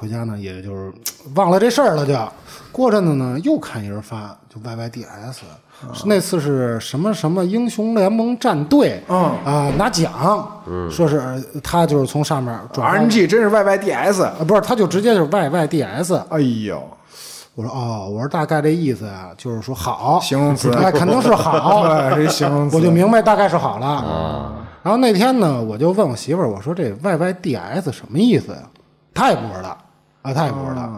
回家呢，也就是忘了这事儿了就。过阵子呢，又看一人发就 YYDS，是嗯那次是什么什么英雄联盟战队嗯啊拿奖，说是呃他就是从上面转发 RNG 真是 YYDS。啊，不是他就直接就是 YYDS。哎呦，我说哦，我说大概这意思啊，就是说好，形容词哎，肯定是好， (laughs) 对，这形容词我就明白大概是好了。然后那天呢，我就问我媳妇儿，我说这 YYDS 什么意思呀？她也不知道啊，她也不知道。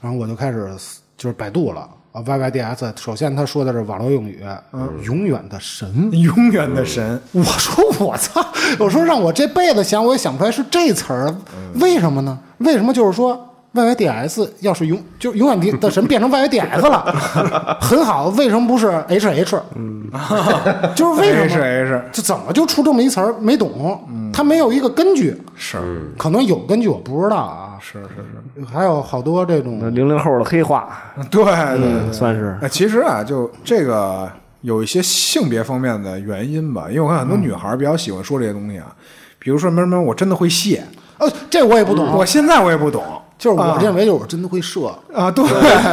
然后我就开始就是百度了啊，YYDS。首先他说的是网络用语，永远的神。永远的神。我说我操！我说让我这辈子想我也想不出来是这词儿，为什么呢？为什么就是说 YYDS 要是永就永远的神变成 YYDS 了，很好，为什么不是 HH？嗯，就是为什么 HH 这怎么就出这么一词儿没懂？它没有一个根据，是可能有根据我不知道啊。是是是，还有好多这种那 (laughs) 零零后的黑话，对对对。(laughs) 算是哎，其实啊，就这个有一些性别方面的原因吧，因为我看很多女孩比较喜欢说这些东西啊，比如说什么什么，我真的会卸，呃，这我也不懂，我现在我也不懂就是我认为就是我真的会射。啊，对，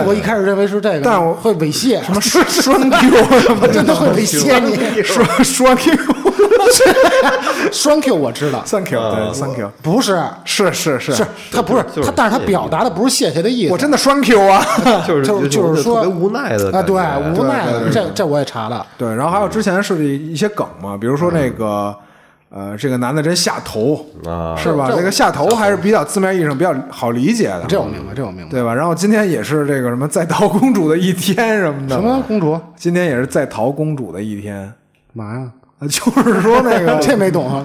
我一开始认为是这个，但我会猥亵，什么双双 Q 什么 (laughs) 我真的会猥亵你。双双 Q (laughs) 双 Q 我知道，三 Q 对三 Q 不是，是是嗯是是他不是就是他，但是他表达的不是谢谢的意思。我真的双 Q (laughs) 啊。就是就是是特说别无奈的啊，感觉对，无奈的，这这我也查了。对，然后还有之前是一些梗嘛，比如说那个。呃，这个男的真下头啊是嗯吧？这个下头还是比较字面意义上比较好理解的，这我明白，这我明白。对吧？然后今天也是这个什么在逃公主的一天什么的，什么公主？今天也是在逃公主的一天， (laughs) 嘛呀？呃就是说那个 (laughs) 这没懂啊。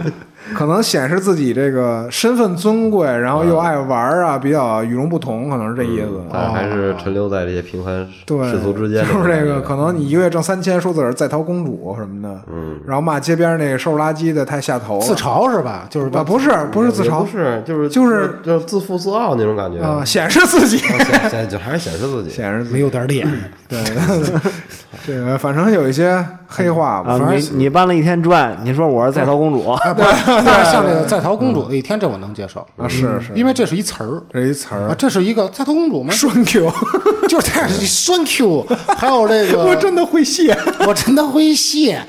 可能显示自己这个身份尊贵，然后又爱玩啊，比较与众不同，可能是这意思。但是还是沉流在这些平凡哦对，嗯世俗之间的就是这个，感觉可能你一个月挣三千，说自个儿在逃公主什么的，嗯，然后骂街边那个收拾垃圾的太下头了，自嘲是吧？就是啊，不是不是自也嘲，不是就是就是就是自负自傲那种感觉啊，显示自己， (laughs) 显显就还是显示自己显示自己没有点脸。对，这个反正有一些黑化吧，啊反，正你你搬了一天砖，你说我是在逃公主，啊，不 (laughs) 是， (laughs) 但是像这个在逃公主的一天，这我能接受，啊是是，因为这是一词儿。这一词啊，儿这是一个在逃公主吗？双 Q， (laughs) 就是它是一栓 (laughs) Q，还有这个，我真的会谢。我真的会谢，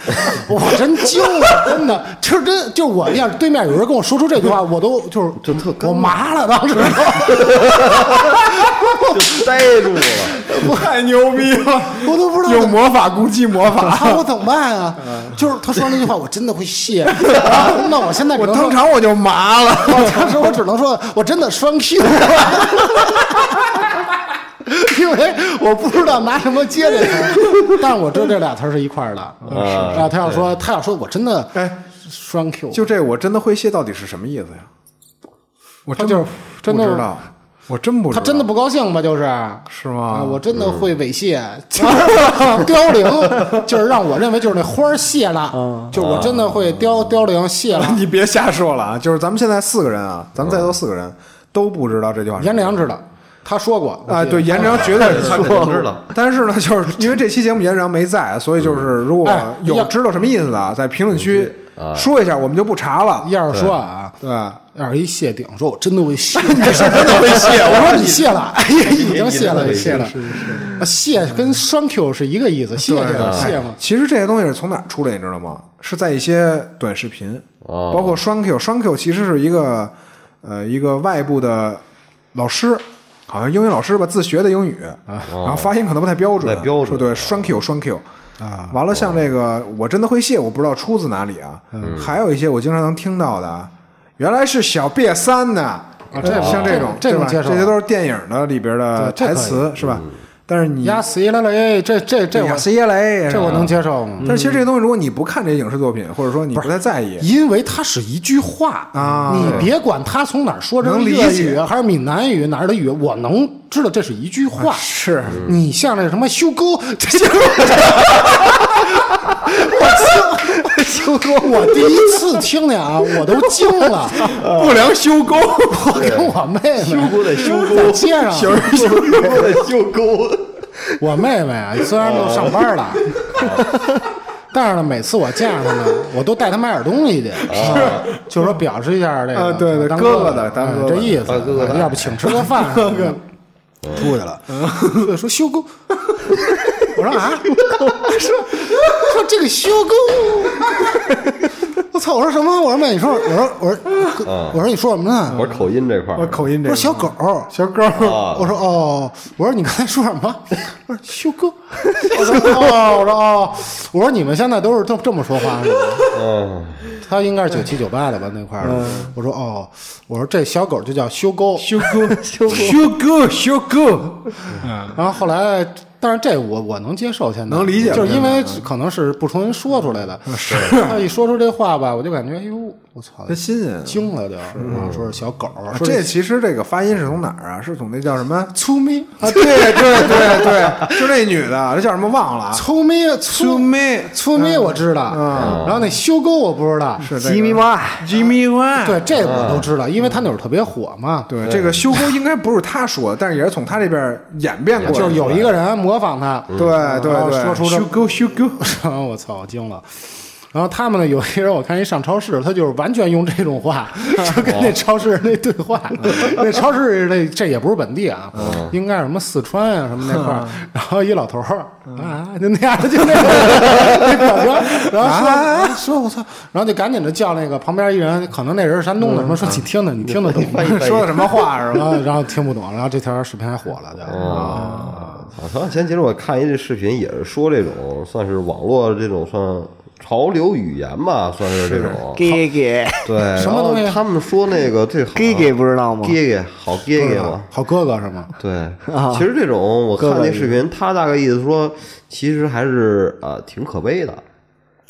我真揪了，真的，就是真就我要是对面有人跟我说出这句话，我都就是 (laughs) 就特我麻了， (laughs) 当时都就呆住了。太牛逼 (laughs) 了！我都不知道有魔法攻击魔法，啊，我怎么办 (laughs) 啊？就是他说那句话，我真的会 (laughs) 谢，然后那我现在只我能当说，场我就麻了。我当时我只能说，我真的双 Q。因 (laughs) 为我不知道拿什么接这个，但是我知道这俩词儿是一块儿的。啊，他要说，他要说，我真的哎，双 Q，就这我真的会谢到底是什么意思呀？我他真就是真的不知道，我真不知他道，真的不高兴吧？就是是啊，吗？我真的会猥亵，就是 (laughs) 凋零，就是让我认为就是那花儿谢了，就我真的会凋凋零谢了。 (laughs) 你别瞎说了啊！就是咱们现在四个人啊，咱们在座四个人都不知道这句话是什颜么意思。良知道，他说过啊，对，，严良绝对是 (laughs) 他肯定知道。但是呢，就是因为这期节目严良没在，所以嗯就是如果哎有要知道什么意思的，在评论区说一下，我们就不查了。要是说啊，对，要是一谢顶，说我真的会谢， (laughs) 你是真的会谢，我说你谢了，哎呀，已经谢了，你真的会谢了，啊谢跟双 Q 是一个意思，谢谢对谢嘛。其实这些东西是从哪儿出来，你知道吗？是在一些短视频，哦包括双 Q，双 Q 其实是一个呃一个外部的老师，好像英语老师吧，自学的英语，然后发音可能不太标准，哦不太标准对对，双 Q 双 Q。啊，完了，像这个我真的会谢，我不知道出自哪里啊。嗯还有一些我经常能听到的啊，原来是小瘪三呢。啊这像这种，这对种吧？接受这些都是电影的里边的对这可台以嗯词，是吧？但是你压死了嘞，这这这我雅斯耶雷，这我能接受吗？但是其实这些东西，如果你不看这些影视作品，或者说你不太在意，因为它是一句话啊你别管他从哪儿说，这是能理粤解语还是闽南语哪儿的语，我能知道这是一句话。啊是你像那什么修沟，这就是我 (laughs) 修修沟，我第一次听见啊，我都惊了。不良修沟，我跟我妹修妹沟得修沟，在街上，修沟得修沟。 (laughs) 我妹妹啊，虽然都上班了，但是呢，每次我见着她呢，我都带她买点东西去，啊就说表示一下这个啊对对当哥哥哥的当哎哥哥这的意思当哥哥的啊，要不请吃个饭，哥哥出去了，对说修沟，我说啊，说说这个修沟。 (laughs) 我操！我说什么？我说妹，你说，我说，我说，哥我说你说什么呢？我口音这块儿，我口音我这说小狗，小狗，啊我说哦，我说你刚才说什么？ (laughs) 我说修 (laughs) 哥，我说哦，我说哦，我说你们现在都是这么这么说话是吗？嗯，他应该是九七九八的吧那块儿的。我说哦，我说这小狗就叫修沟，嗯修 (laughs) 沟，修沟，修沟，修沟，然后后来，但是这我我能接受，现在能理解就是因为可能是不从人说出来的。嗯是，他一说出这话吧，我就感觉哎呦，我操，真新鲜。惊了就，然后说是小狗，啊嗯啊说这其实这个发音是从哪儿啊？是从那叫什么？ (laughs) 粗咪啊，对对对对，就那女的，这叫什么忘了啊？粗咪粗粗妹，粗咪我知道，嗯然后那修沟我不知道，是这个吉米妈， Jimmy One，对，这我都知道，因为他那会儿特别火嘛。对，这个修沟应该不是他说，但是也是从他这边演变过来的，就是有一个人模仿他，对对然后对，说出这修沟修沟，然 (laughs) 后我操，我惊了。然后他们呢，有些人我看一上超市，他就是完全用这种 (laughs) 话，就跟那超市那对话。哦那超市那这也不是本地啊，嗯应该是什么四川啊什么那块儿。然后一老头儿嗯啊，就那样就 (laughs) 那个那表情，然后说啊说我操， (laughs) 然后就赶紧的叫那个旁边一人，可能那人是山东的什么，说你听听，你听得懂吗？ (laughs) 说的什么话是吧？然后然后听不懂，然后这条视频还火了，就。啊，前前其实我看一这视频，也是说这种算是网络这种算潮流语言吧，算是这种。给给对，什然么后东西他们说那个这好给给不知道吗？哦给给好给给嘛。好哥哥是啊吗？对，其实这种我看那视频，他大概意思说，其实还是呃挺可悲的。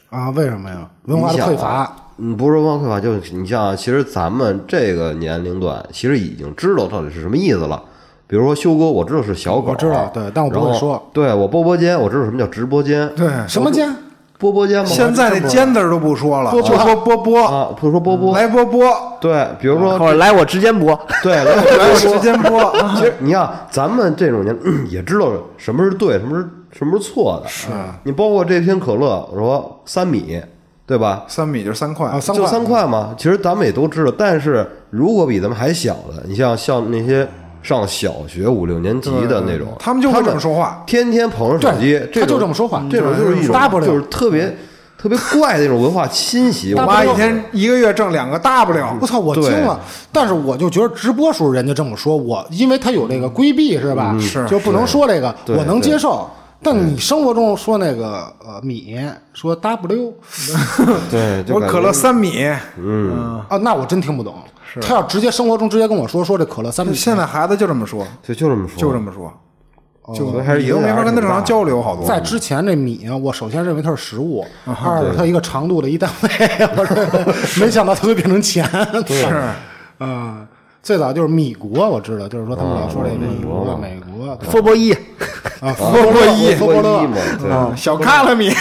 啊，为什么呀？文化的你想啊匮乏，，嗯，不是文化匮乏，就是你像啊，其实咱们这个年龄段，其实已经知道到底是什么意思了。比如说修哥，我知道是小狗，啊我知道对但我不会然后说。对我波波间，我知道什么叫直播间，对，什么家？波波间吗？现在那尖字儿都不说了，波波波波波，啊，不是说波波，嗯来波波，对，比如说哦或者来我直间播，对， (laughs) 来哎来我直接播， (laughs) (clears throat) 其实你看，咱们这种年也知道什么是对，什么是什么是错的。是啊你包括这瓶可乐，我说三米，对吧？三米就是三块啊，三就块三块嘛。其实咱们也都知道，但是如果比咱们还小的，你像像那些上小学五六年级的那种，他们就会这么说话，天天捧着手机，对这他就这种嗯么说话这种就是一种大不了就是特别特别怪的那种文化侵袭。我我妈一天一个月挣两个大不了我，操，我惊了！但是我就觉得直播时候人家这么说，我因为他有这个规避是吧？是就不能说这个，对我能接受。但你生活中说那个呃米说 W 对，就我感觉可乐三米。啊，那我真听不懂。他要直接生活中直接跟我说说这可乐三米，现在孩子就这么说，就就这么说，就这么说，就还是你都没法跟他正常流。交流，好多在 (laughs) 之前这米啊，我首先认为它是食物，啊二是它一个长度的一单位， (laughs) 我说没想到它会变成钱。是，嗯，最早就是米国，我知道，就是说他们老说这米国，美国对佛波一，啊，佛波勒，佛波哦一勒嘛，，对，小嗯卡拉米， (laughs)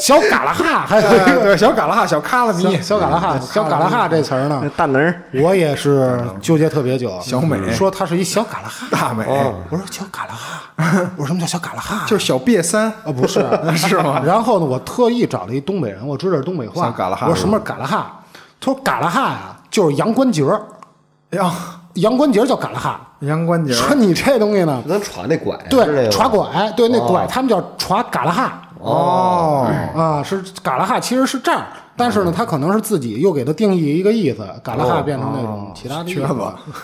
小嘎啦哈，还有一个对，小卡拉哈，小卡拉米小，小嘎啦哈，小嘎啦哈这词儿呢，大能儿，我也是纠结特别久。小美说它是一小嘎啦哈， (laughs) 大美，我说小嘎啦哈，我说什么叫小嘎啦哈？就是小瘪三，啊， (laughs) 不是， (laughs) 是吗？然后呢，我特意找了一东北人，我知道是东北话，像嘎啦哈我说什么是嘎啦哈？他说嘎啦哈呀，就是羊关节儿，哎呀，羊关节儿叫嘎啦哈。羊关节，说你这东西呢，咱耍那拐，是那对，个耍拐，对，那拐他们叫耍嘎啦哈。哦，嗯啊，是嘎啦哈，其实是这儿，但是呢，他可能是自己又给它定义一个意思，嘎啦哈变成那种其他的意思。哦缺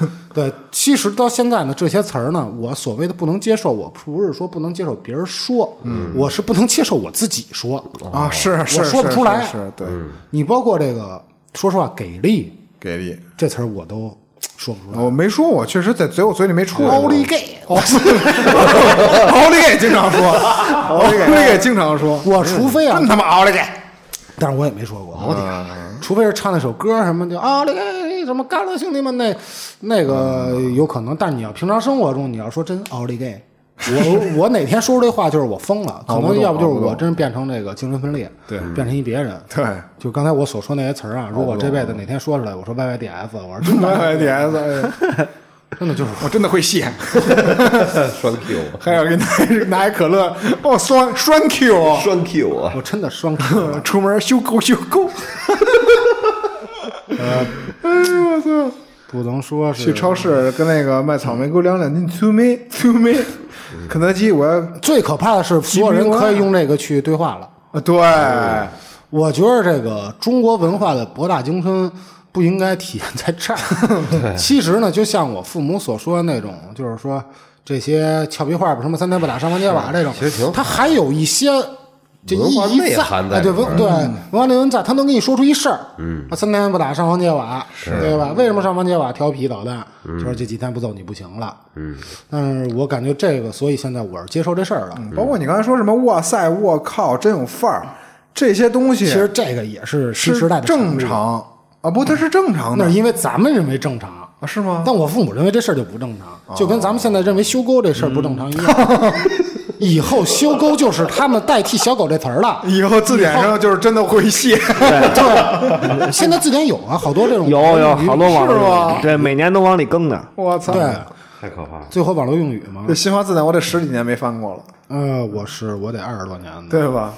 了对，其实到现在呢，这些词儿呢，我所谓的不能接受，我不是说不能接受别人说，嗯我是不能接受我自己说。啊，是是，我说不是出来嗯是是对，你包括这个，说实话，给力给力。这词儿我都说不出来。我没说，我确实在嘴我嘴里没出来。奥利哦给！ (laughs) 奥利给经常说，奥利给经常说，我除非啊真，他妈奥利给！但是我也没说过，我得，嗯除非是唱那首歌什么就啊，那个什么嘎乐兄弟们那那个嗯有可能，但是你要平常生活中你要说真奥利给，我我哪天说出这话就是我疯 (laughs) 了，可能要不就是我真变成那个精神分裂，对变成一别人。对 (laughs) 就刚才我所说那些词儿啊，如果这辈子哪天说出来，我说 YYDS，我说真的，YYDS，真的就是我真的会谢。双 Q，啊还要给拿 (laughs) 拿一可乐，哦，栓栓 Q 哦双 Q 啊，我真的双 Q (laughs) 了。出门修狗修狗，不能说是去超市跟那个卖草莓给我两两斤粗莓粗莓，肯德基我要最可怕的是，所有人可以用这个去对话了。啊对，嗯我觉得这个中国文化的博大精深不应该体现在 (laughs) 这儿。其实呢，就像我父母所说的那种，就是说这些俏皮话吧，什么三天不打上房揭瓦这种其实挺好，它还有一些这文意化义内在，涵在哎对里边文对文化内涵在，他能给你说出一事儿。嗯，三天不打上房揭瓦，对吧？为什么上房揭瓦调皮捣蛋？嗯就是这几天不揍你不行了。嗯，但是我感觉这个，所以现在我是接受这事儿了。包括你刚才说什么哇塞我靠真有范儿，这些东西其实这个也是新是时代的产正物，常啊，不，它是正常那的是因为咱们认为正常。啊，是吗？但我父母认为这事儿就不正常，哦就跟咱们现在认为修沟这事儿不正常一 (laughs) 样。以后修沟就是他们代替“小狗”这词儿哎了。 (laughs) 以后字典上就是真的会谢，对，现在字典有啊，好多这种有有好多网是吗哦络，对，每年都往里更呢。 (laughs) 我操！对，太可怕了。最后网络用语嘛这。新华字典我得十几年没翻过了，呃，我是我得二十多年了。对吧？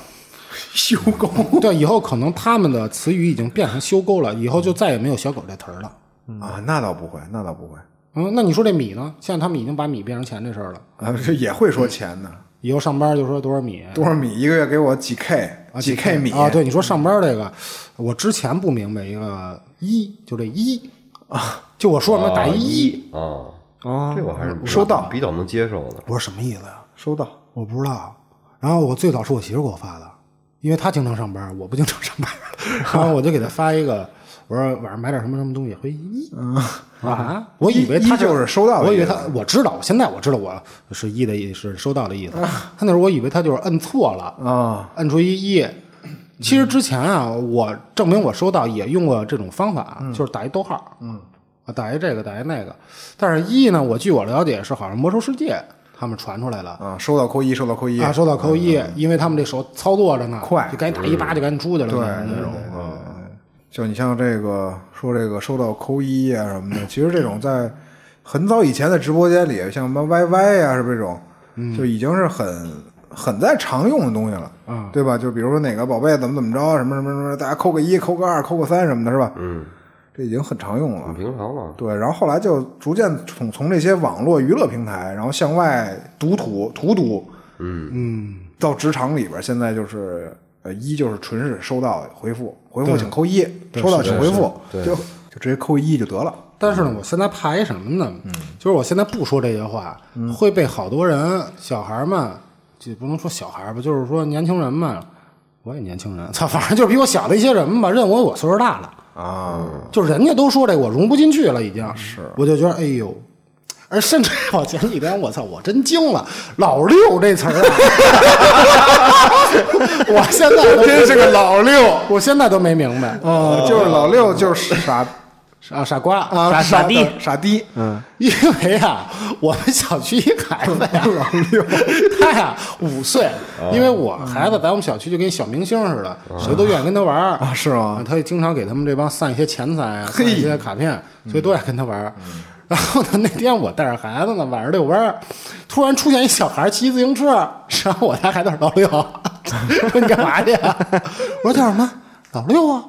修狗对，以后可能他们的词语已经变成修沟了，以后就再也没有“小狗”这词儿了。 (laughs) 啊，那倒不会，那倒不会嗯，那你说这米呢？现在他们已经把米变成钱这事儿了，啊，这也会说钱呢。以后上班就说多少米，多少米一个月给我几 K 啊几 K 米啊？对，你说上班这个，我之前不明白一个一，就这一啊，就我说什么打一一，啊，哦，这我还是比较收到比较能接受的。我说什么意思呀？收到，我不知道。然后我最早是我媳妇给我发的，因为她经常上班，我不经常上班，然后我就给她发一个，我说晚上买点什么什么东西回一 (laughs) 啊，我以为嗯一她一就是收到的我以为意思她我知道，现在我知道我是一的意是收到的意思，她那时候我以为她就是摁错了啊，摁出一一。其实之前啊，我证明我收到也用过这种方法，啊就是打一逗号，嗯，打一这个，打一那个。但是一呢，我据我了解是好像魔兽世界他们传出来了。啊，收到扣一，收到扣一啊，收到扣一，因为他们这手操作着呢，嗯快就赶紧打一巴就赶紧出去了，对那种。就你像这个说这个收到扣一啊什么的，其实这种在很早以前的直播间里，像什么 YY 呀、啊、什么这种，就已经是很很在常用的东西了，对吧？就比如说哪个宝贝怎么怎么着，什么什么什么，大家扣个一、扣个二、扣个三什么的，是吧？嗯，这已经很常用了很。平常了。对，然后后来就逐渐从从这些网络娱乐平台，然后向外读图荼毒，嗯嗯，到职场里边儿，现在就是呃，一就是纯是收到回复，回复请扣一，收到请回复，就就直接扣一就得了。但是呢，我现在怕一什么呢？嗯就是我现在不说这些话，会被好多人小孩儿们，就不能说小孩儿吧，就是说年轻人们，我也年轻人，操，反正就是比我小的一些人吧，认为我岁数大了啊，呃就是人家都说这个，我融不进去了，已经是，我就觉得哎呦。而甚至我前几天，我操，我真惊了，“老六”这词儿啊， (laughs) 我现在都真是个老六，嗯我现在都没明白哦，就是老六就是傻啊，傻瓜啊傻傻逼傻逼，嗯，因为啊，我们小区一孩子呀， (laughs) 他呀五岁，因为我孩子在我们小区就跟小明星似的，谁都愿意跟他玩儿嗯啊，是吗？他就经常给他们这帮散一些钱财啊，散一些卡片，所以都爱跟他玩儿。嗯然后呢，那天我带着孩子呢，晚上遛弯儿，突然出现一小孩儿骑自行车，然后我家孩子说老 (laughs) 六，说你干嘛去啊？我说叫什么？老六啊。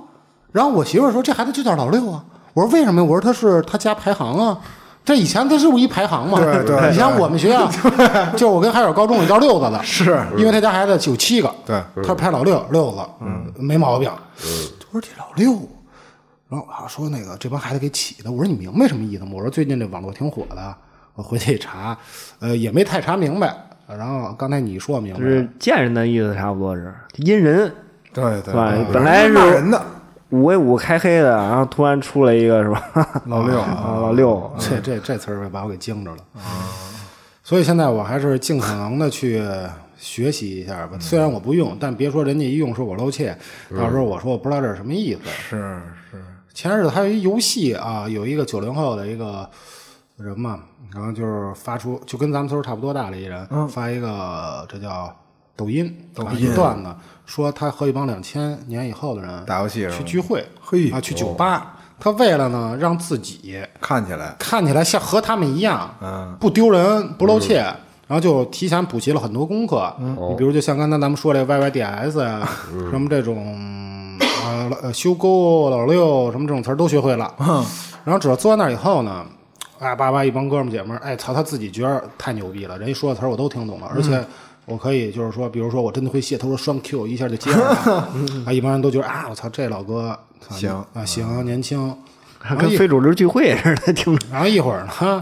然后我媳妇儿说这孩子就叫老六啊。我说为什么呀？我说他是他家排行啊。这以前他是不是一排行嘛？对对以前我们学校 (laughs) 就是我跟海尔高中有叫六子的，是因为他家孩子有七个，对嗯他是排老六六子，嗯，没毛病。我说这老六，然后我爸说那个这帮孩子给起的，我说你明白什么意思吗？我说最近这网络挺火的，我回去一查，呃，也没太查明白。然后刚才你一说明白就了，是见人的意思差不多是因人，对对对吧本来是骂人的五 v 五开黑的，然后突然出来一个是吧？老六，啊，老 (laughs) 六，这这这词儿把我给惊着了。嗯所以现在我还是尽可能的去学习一下吧。虽然我不用，但别说人家一用说我露怯，到时候我说我不知道这是什么意思。是是，前日子还有一游戏啊，有一个九零后的一个人嘛，然后就是发出就跟咱们岁数差不多大的一人、发一个这叫抖音嗯抖音段子，说他和一帮两千年以后的人打游戏是吗去聚会，嘿啊去酒吧，他为了呢让自己看起来嗯看起来像和他们一样，不丢人不露怯。然后就提前补习了很多功课，你比如就像刚才咱们说这 YYDS 啊，什么这种啊呃修沟老六什么这种词儿都学会了。然后只要坐在那儿以后呢，哎叭叭一帮哥们儿姐们儿，哎操他自己觉得太牛逼了，人家说的词儿我都听懂了，而且我可以就是说，比如说我真的会写，他说双 Q 一下就接上了，啊一帮人都觉得啊我操这老哥操行啊行年轻，然后跟一非主流聚会似的，听着。然后一会儿呢，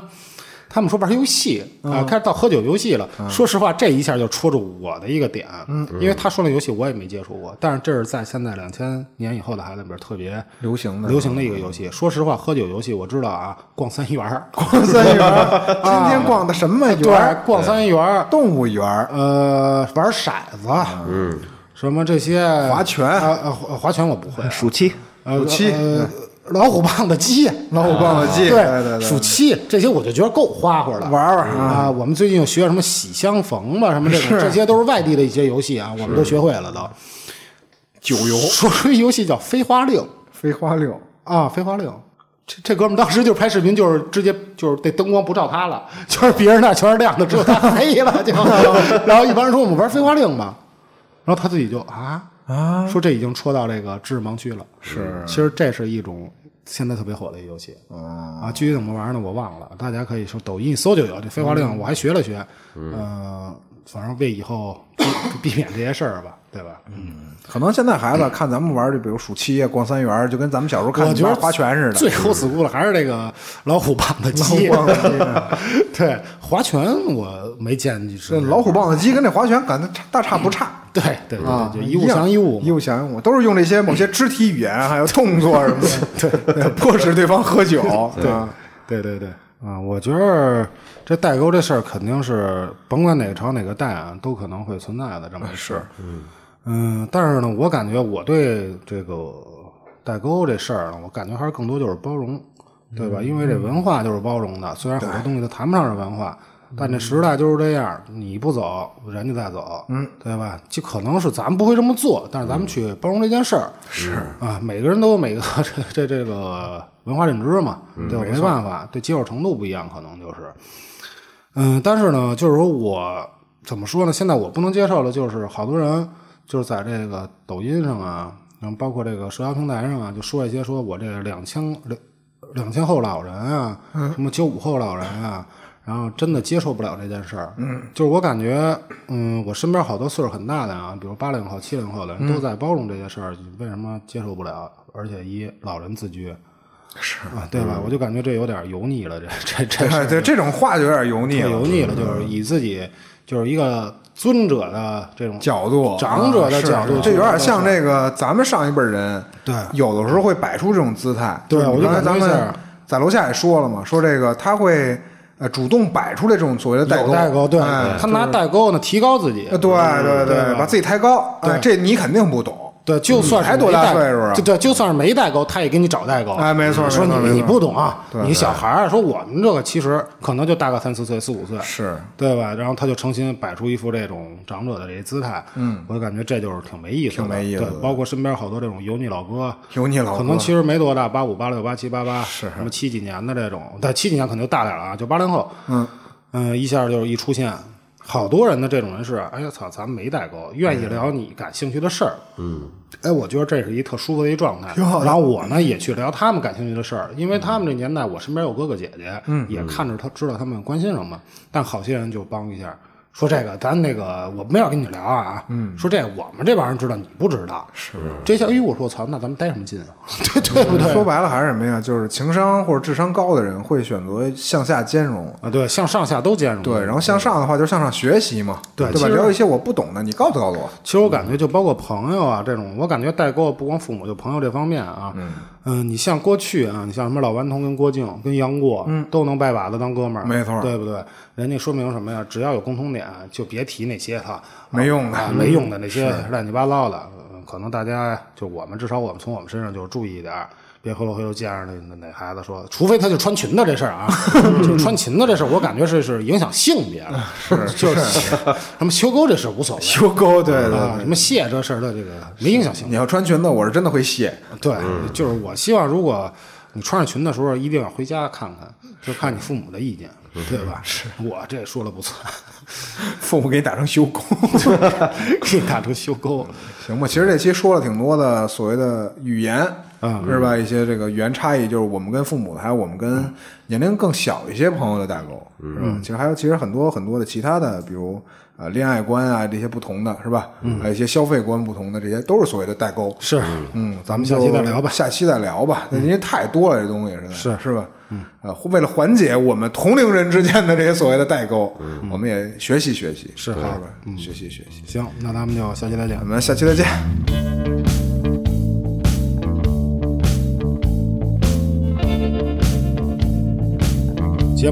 他们说玩游戏啊，嗯开始到喝酒游戏了。说实话，这一下就戳住我的一个点，嗯因为他说那游戏我也没接触过，但是这是在现在两千年以后的孩子里边特别流行的嗯流行的一个游戏。说实话，喝酒游戏我知道啊，逛三元儿， (laughs) 逛三元儿，今天逛的什么园儿？对，逛三元儿，动物园儿，呃，玩骰子，嗯，什么这些划拳啊，呃划划拳 (laughs) 我不会，暑期呃暑期嗯呃老虎棒子鸡，老虎逛的街，对对暑期这些我就觉得够花花了，玩儿玩儿啊！我们最近又学什么喜相逢啊吧，什么这种，这些都是外地的一些游戏啊，我们都学会了都。九游说出一游戏叫飞花令飞花六，啊，飞花令。这这哥们儿当时就拍视频，就是直接就是这灯光不照他了，就是别人那全是亮的，只有他黑了就。然后一帮人说我们玩飞花令吧，然后他自己就啊啊，说这已经戳到这个知识盲区了。是，其实这是一种现在特别火的一个游戏。啊，具体怎么玩呢？我忘了，大家可以说抖音搜就有。这飞花令我还学了学，嗯、呃，反正为以后 (coughs) 避避免这些事儿吧，对吧？可能现在孩子看咱们玩儿，就比如暑期啊、逛三元儿，就跟咱们小时候看我你觉玩得划拳似的。嗯最 old school 的还是这个老虎棒子鸡。老虎棒 (laughs) 子对，划拳我没见你这是老虎棒子鸡跟这划拳感觉差大差不差对对对啊，对，就一物降一物嘛一。物降一物，都是用这些某些肢体语言啊还有动作什么的，对， (laughs) 迫使对方喝酒。对吧，对对对，啊，我觉得这代沟这事儿肯定是甭管哪个朝哪个代啊，都可能会存在的这么是，嗯但是呢，我感觉我对这个代沟这事儿呢，我感觉还是更多就是包容，对吧？因为这文化就是包容的，虽然很多东西都谈不上是文化。但这时代就是这样，你不走，人家再走，嗯，对吧？就可能是咱们不会这么做，但是咱们去包容这件事儿，是啊，每个人都有每个 (laughs) 这这这嗯个文化认知嘛，对吧？没办法，这接受程度不一样，可能就是。嗯，但是呢，就是说我怎么说呢？现在我不能接受的就是好多人就是在这个抖音上啊，然后包括这个社交平台上啊，就说一些说我这两千两两千后老人啊，什么九五后老人啊，然后真的接受不了这件事儿。嗯，就是我感觉，嗯，我身边好多岁数很大的啊，比如八零后、七零后的人都在包容这些事儿，你为什么接受不了？而且以老人自居。是啊，对吧？我就感觉这有点油腻了，这这这事 (laughs) 儿对对，这种话就有点油腻太了，油腻了，就是以自己就是一个尊者的这种角度，长者的角度啊是去这有点看像那个咱们上一辈人，对有的时候会摆出这种姿态。对就是我就刚才感觉咱是们在楼下也说了嘛，说这个他会呃主动摆出这种所谓的代有沟，代沟，对哎他拿代沟呢提高自己呃，对对对吧把自己抬高，哎，这你肯定不懂。对，就算是你才多大没代岁数啊就对，就算是没代沟，他也给你找代沟。哎没错说没错你没错你不懂啊，对你小孩儿说我们这个其实可能就大个三四岁、四五岁，是，对吧？然后他就诚心摆出一副这种长者的这姿态，嗯，我就感觉这就是挺没意思的，挺没意思的对，包括身边好多这种油腻老哥，油腻老哥可能其实没多大，八五、八六、八七、八八，是什么七几年的这种，但七几年可能就大点了啊，就八零后，嗯一下就是一出现。好多人的这种人是，哎呀操，咱们没代沟，愿嗯意聊你感兴趣的事儿，嗯，哎，我觉得这是一特舒服的一状态。然后我呢也去聊他们感兴趣的事儿，因为他们这年代，我身边有哥哥姐姐，嗯，也看着他知道他们关心什么，但好些人就帮一下。说这个，咱那个我没有跟你聊啊，嗯，说这个我们这帮人知道你不知道，是这下，哎呦，我说我操，那咱们待什么劲啊？ (laughs) 对对不对？说白了还是什么呀？就是情商或者智商高的人会选择向下兼容，啊，对，向上下都兼容。对，然后向上的话就向上学习嘛，对对吧？其实聊一些我不懂的，你告诉告诉我。其实我感觉就包括朋友啊这种，我感觉代沟不光父母，就朋友这方面啊，嗯、你像过去啊，你像什么老顽童跟郭靖、跟杨过，嗯，都能拜把子当哥们儿，没错对不对？人家说明什么呀？只要有共同点，就别提那些哈没用的啊没用的那些乱七八糟的。呃可能大家就我们至少我们从我们身上就注意一点儿。别回头回头见着那那哪孩子说，除非他就穿裙子这事儿 (laughs) 啊，就穿裙子这事儿，我感觉是是影响性别了，是就是什么修沟这事儿无所谓，修沟，对对啊，什么谢这事儿的这个没影响性你。要穿裙子，我是真的会谢。对，就是我希望，如果你穿上裙的时候，一定要回家看看，就看你父母的意见，嗯对吧？是我这说了不算， (laughs) (laughs) 父母给你打成修沟，给你打成修沟。行吧？其实这期说了挺多的所谓的语言，是吧？一些这个语言差异，就是我们跟父母的，还有我们跟年龄更小一些朋友的代沟，是吧？其实还有其实很多很多的其他的，比如呃恋爱观啊这些不同的，是吧？还有一些消费观不同的，这些都是所谓的代沟。是，嗯，咱们下期再聊吧就下期再聊吧。那因为太多了，这东西是是是吧？嗯，呃，为了缓解我们同龄人之间的这些所谓的代沟，我们也学习学习，嗯是嗯吧？学习学习。行，那咱们就下期再见我。们下期再见。节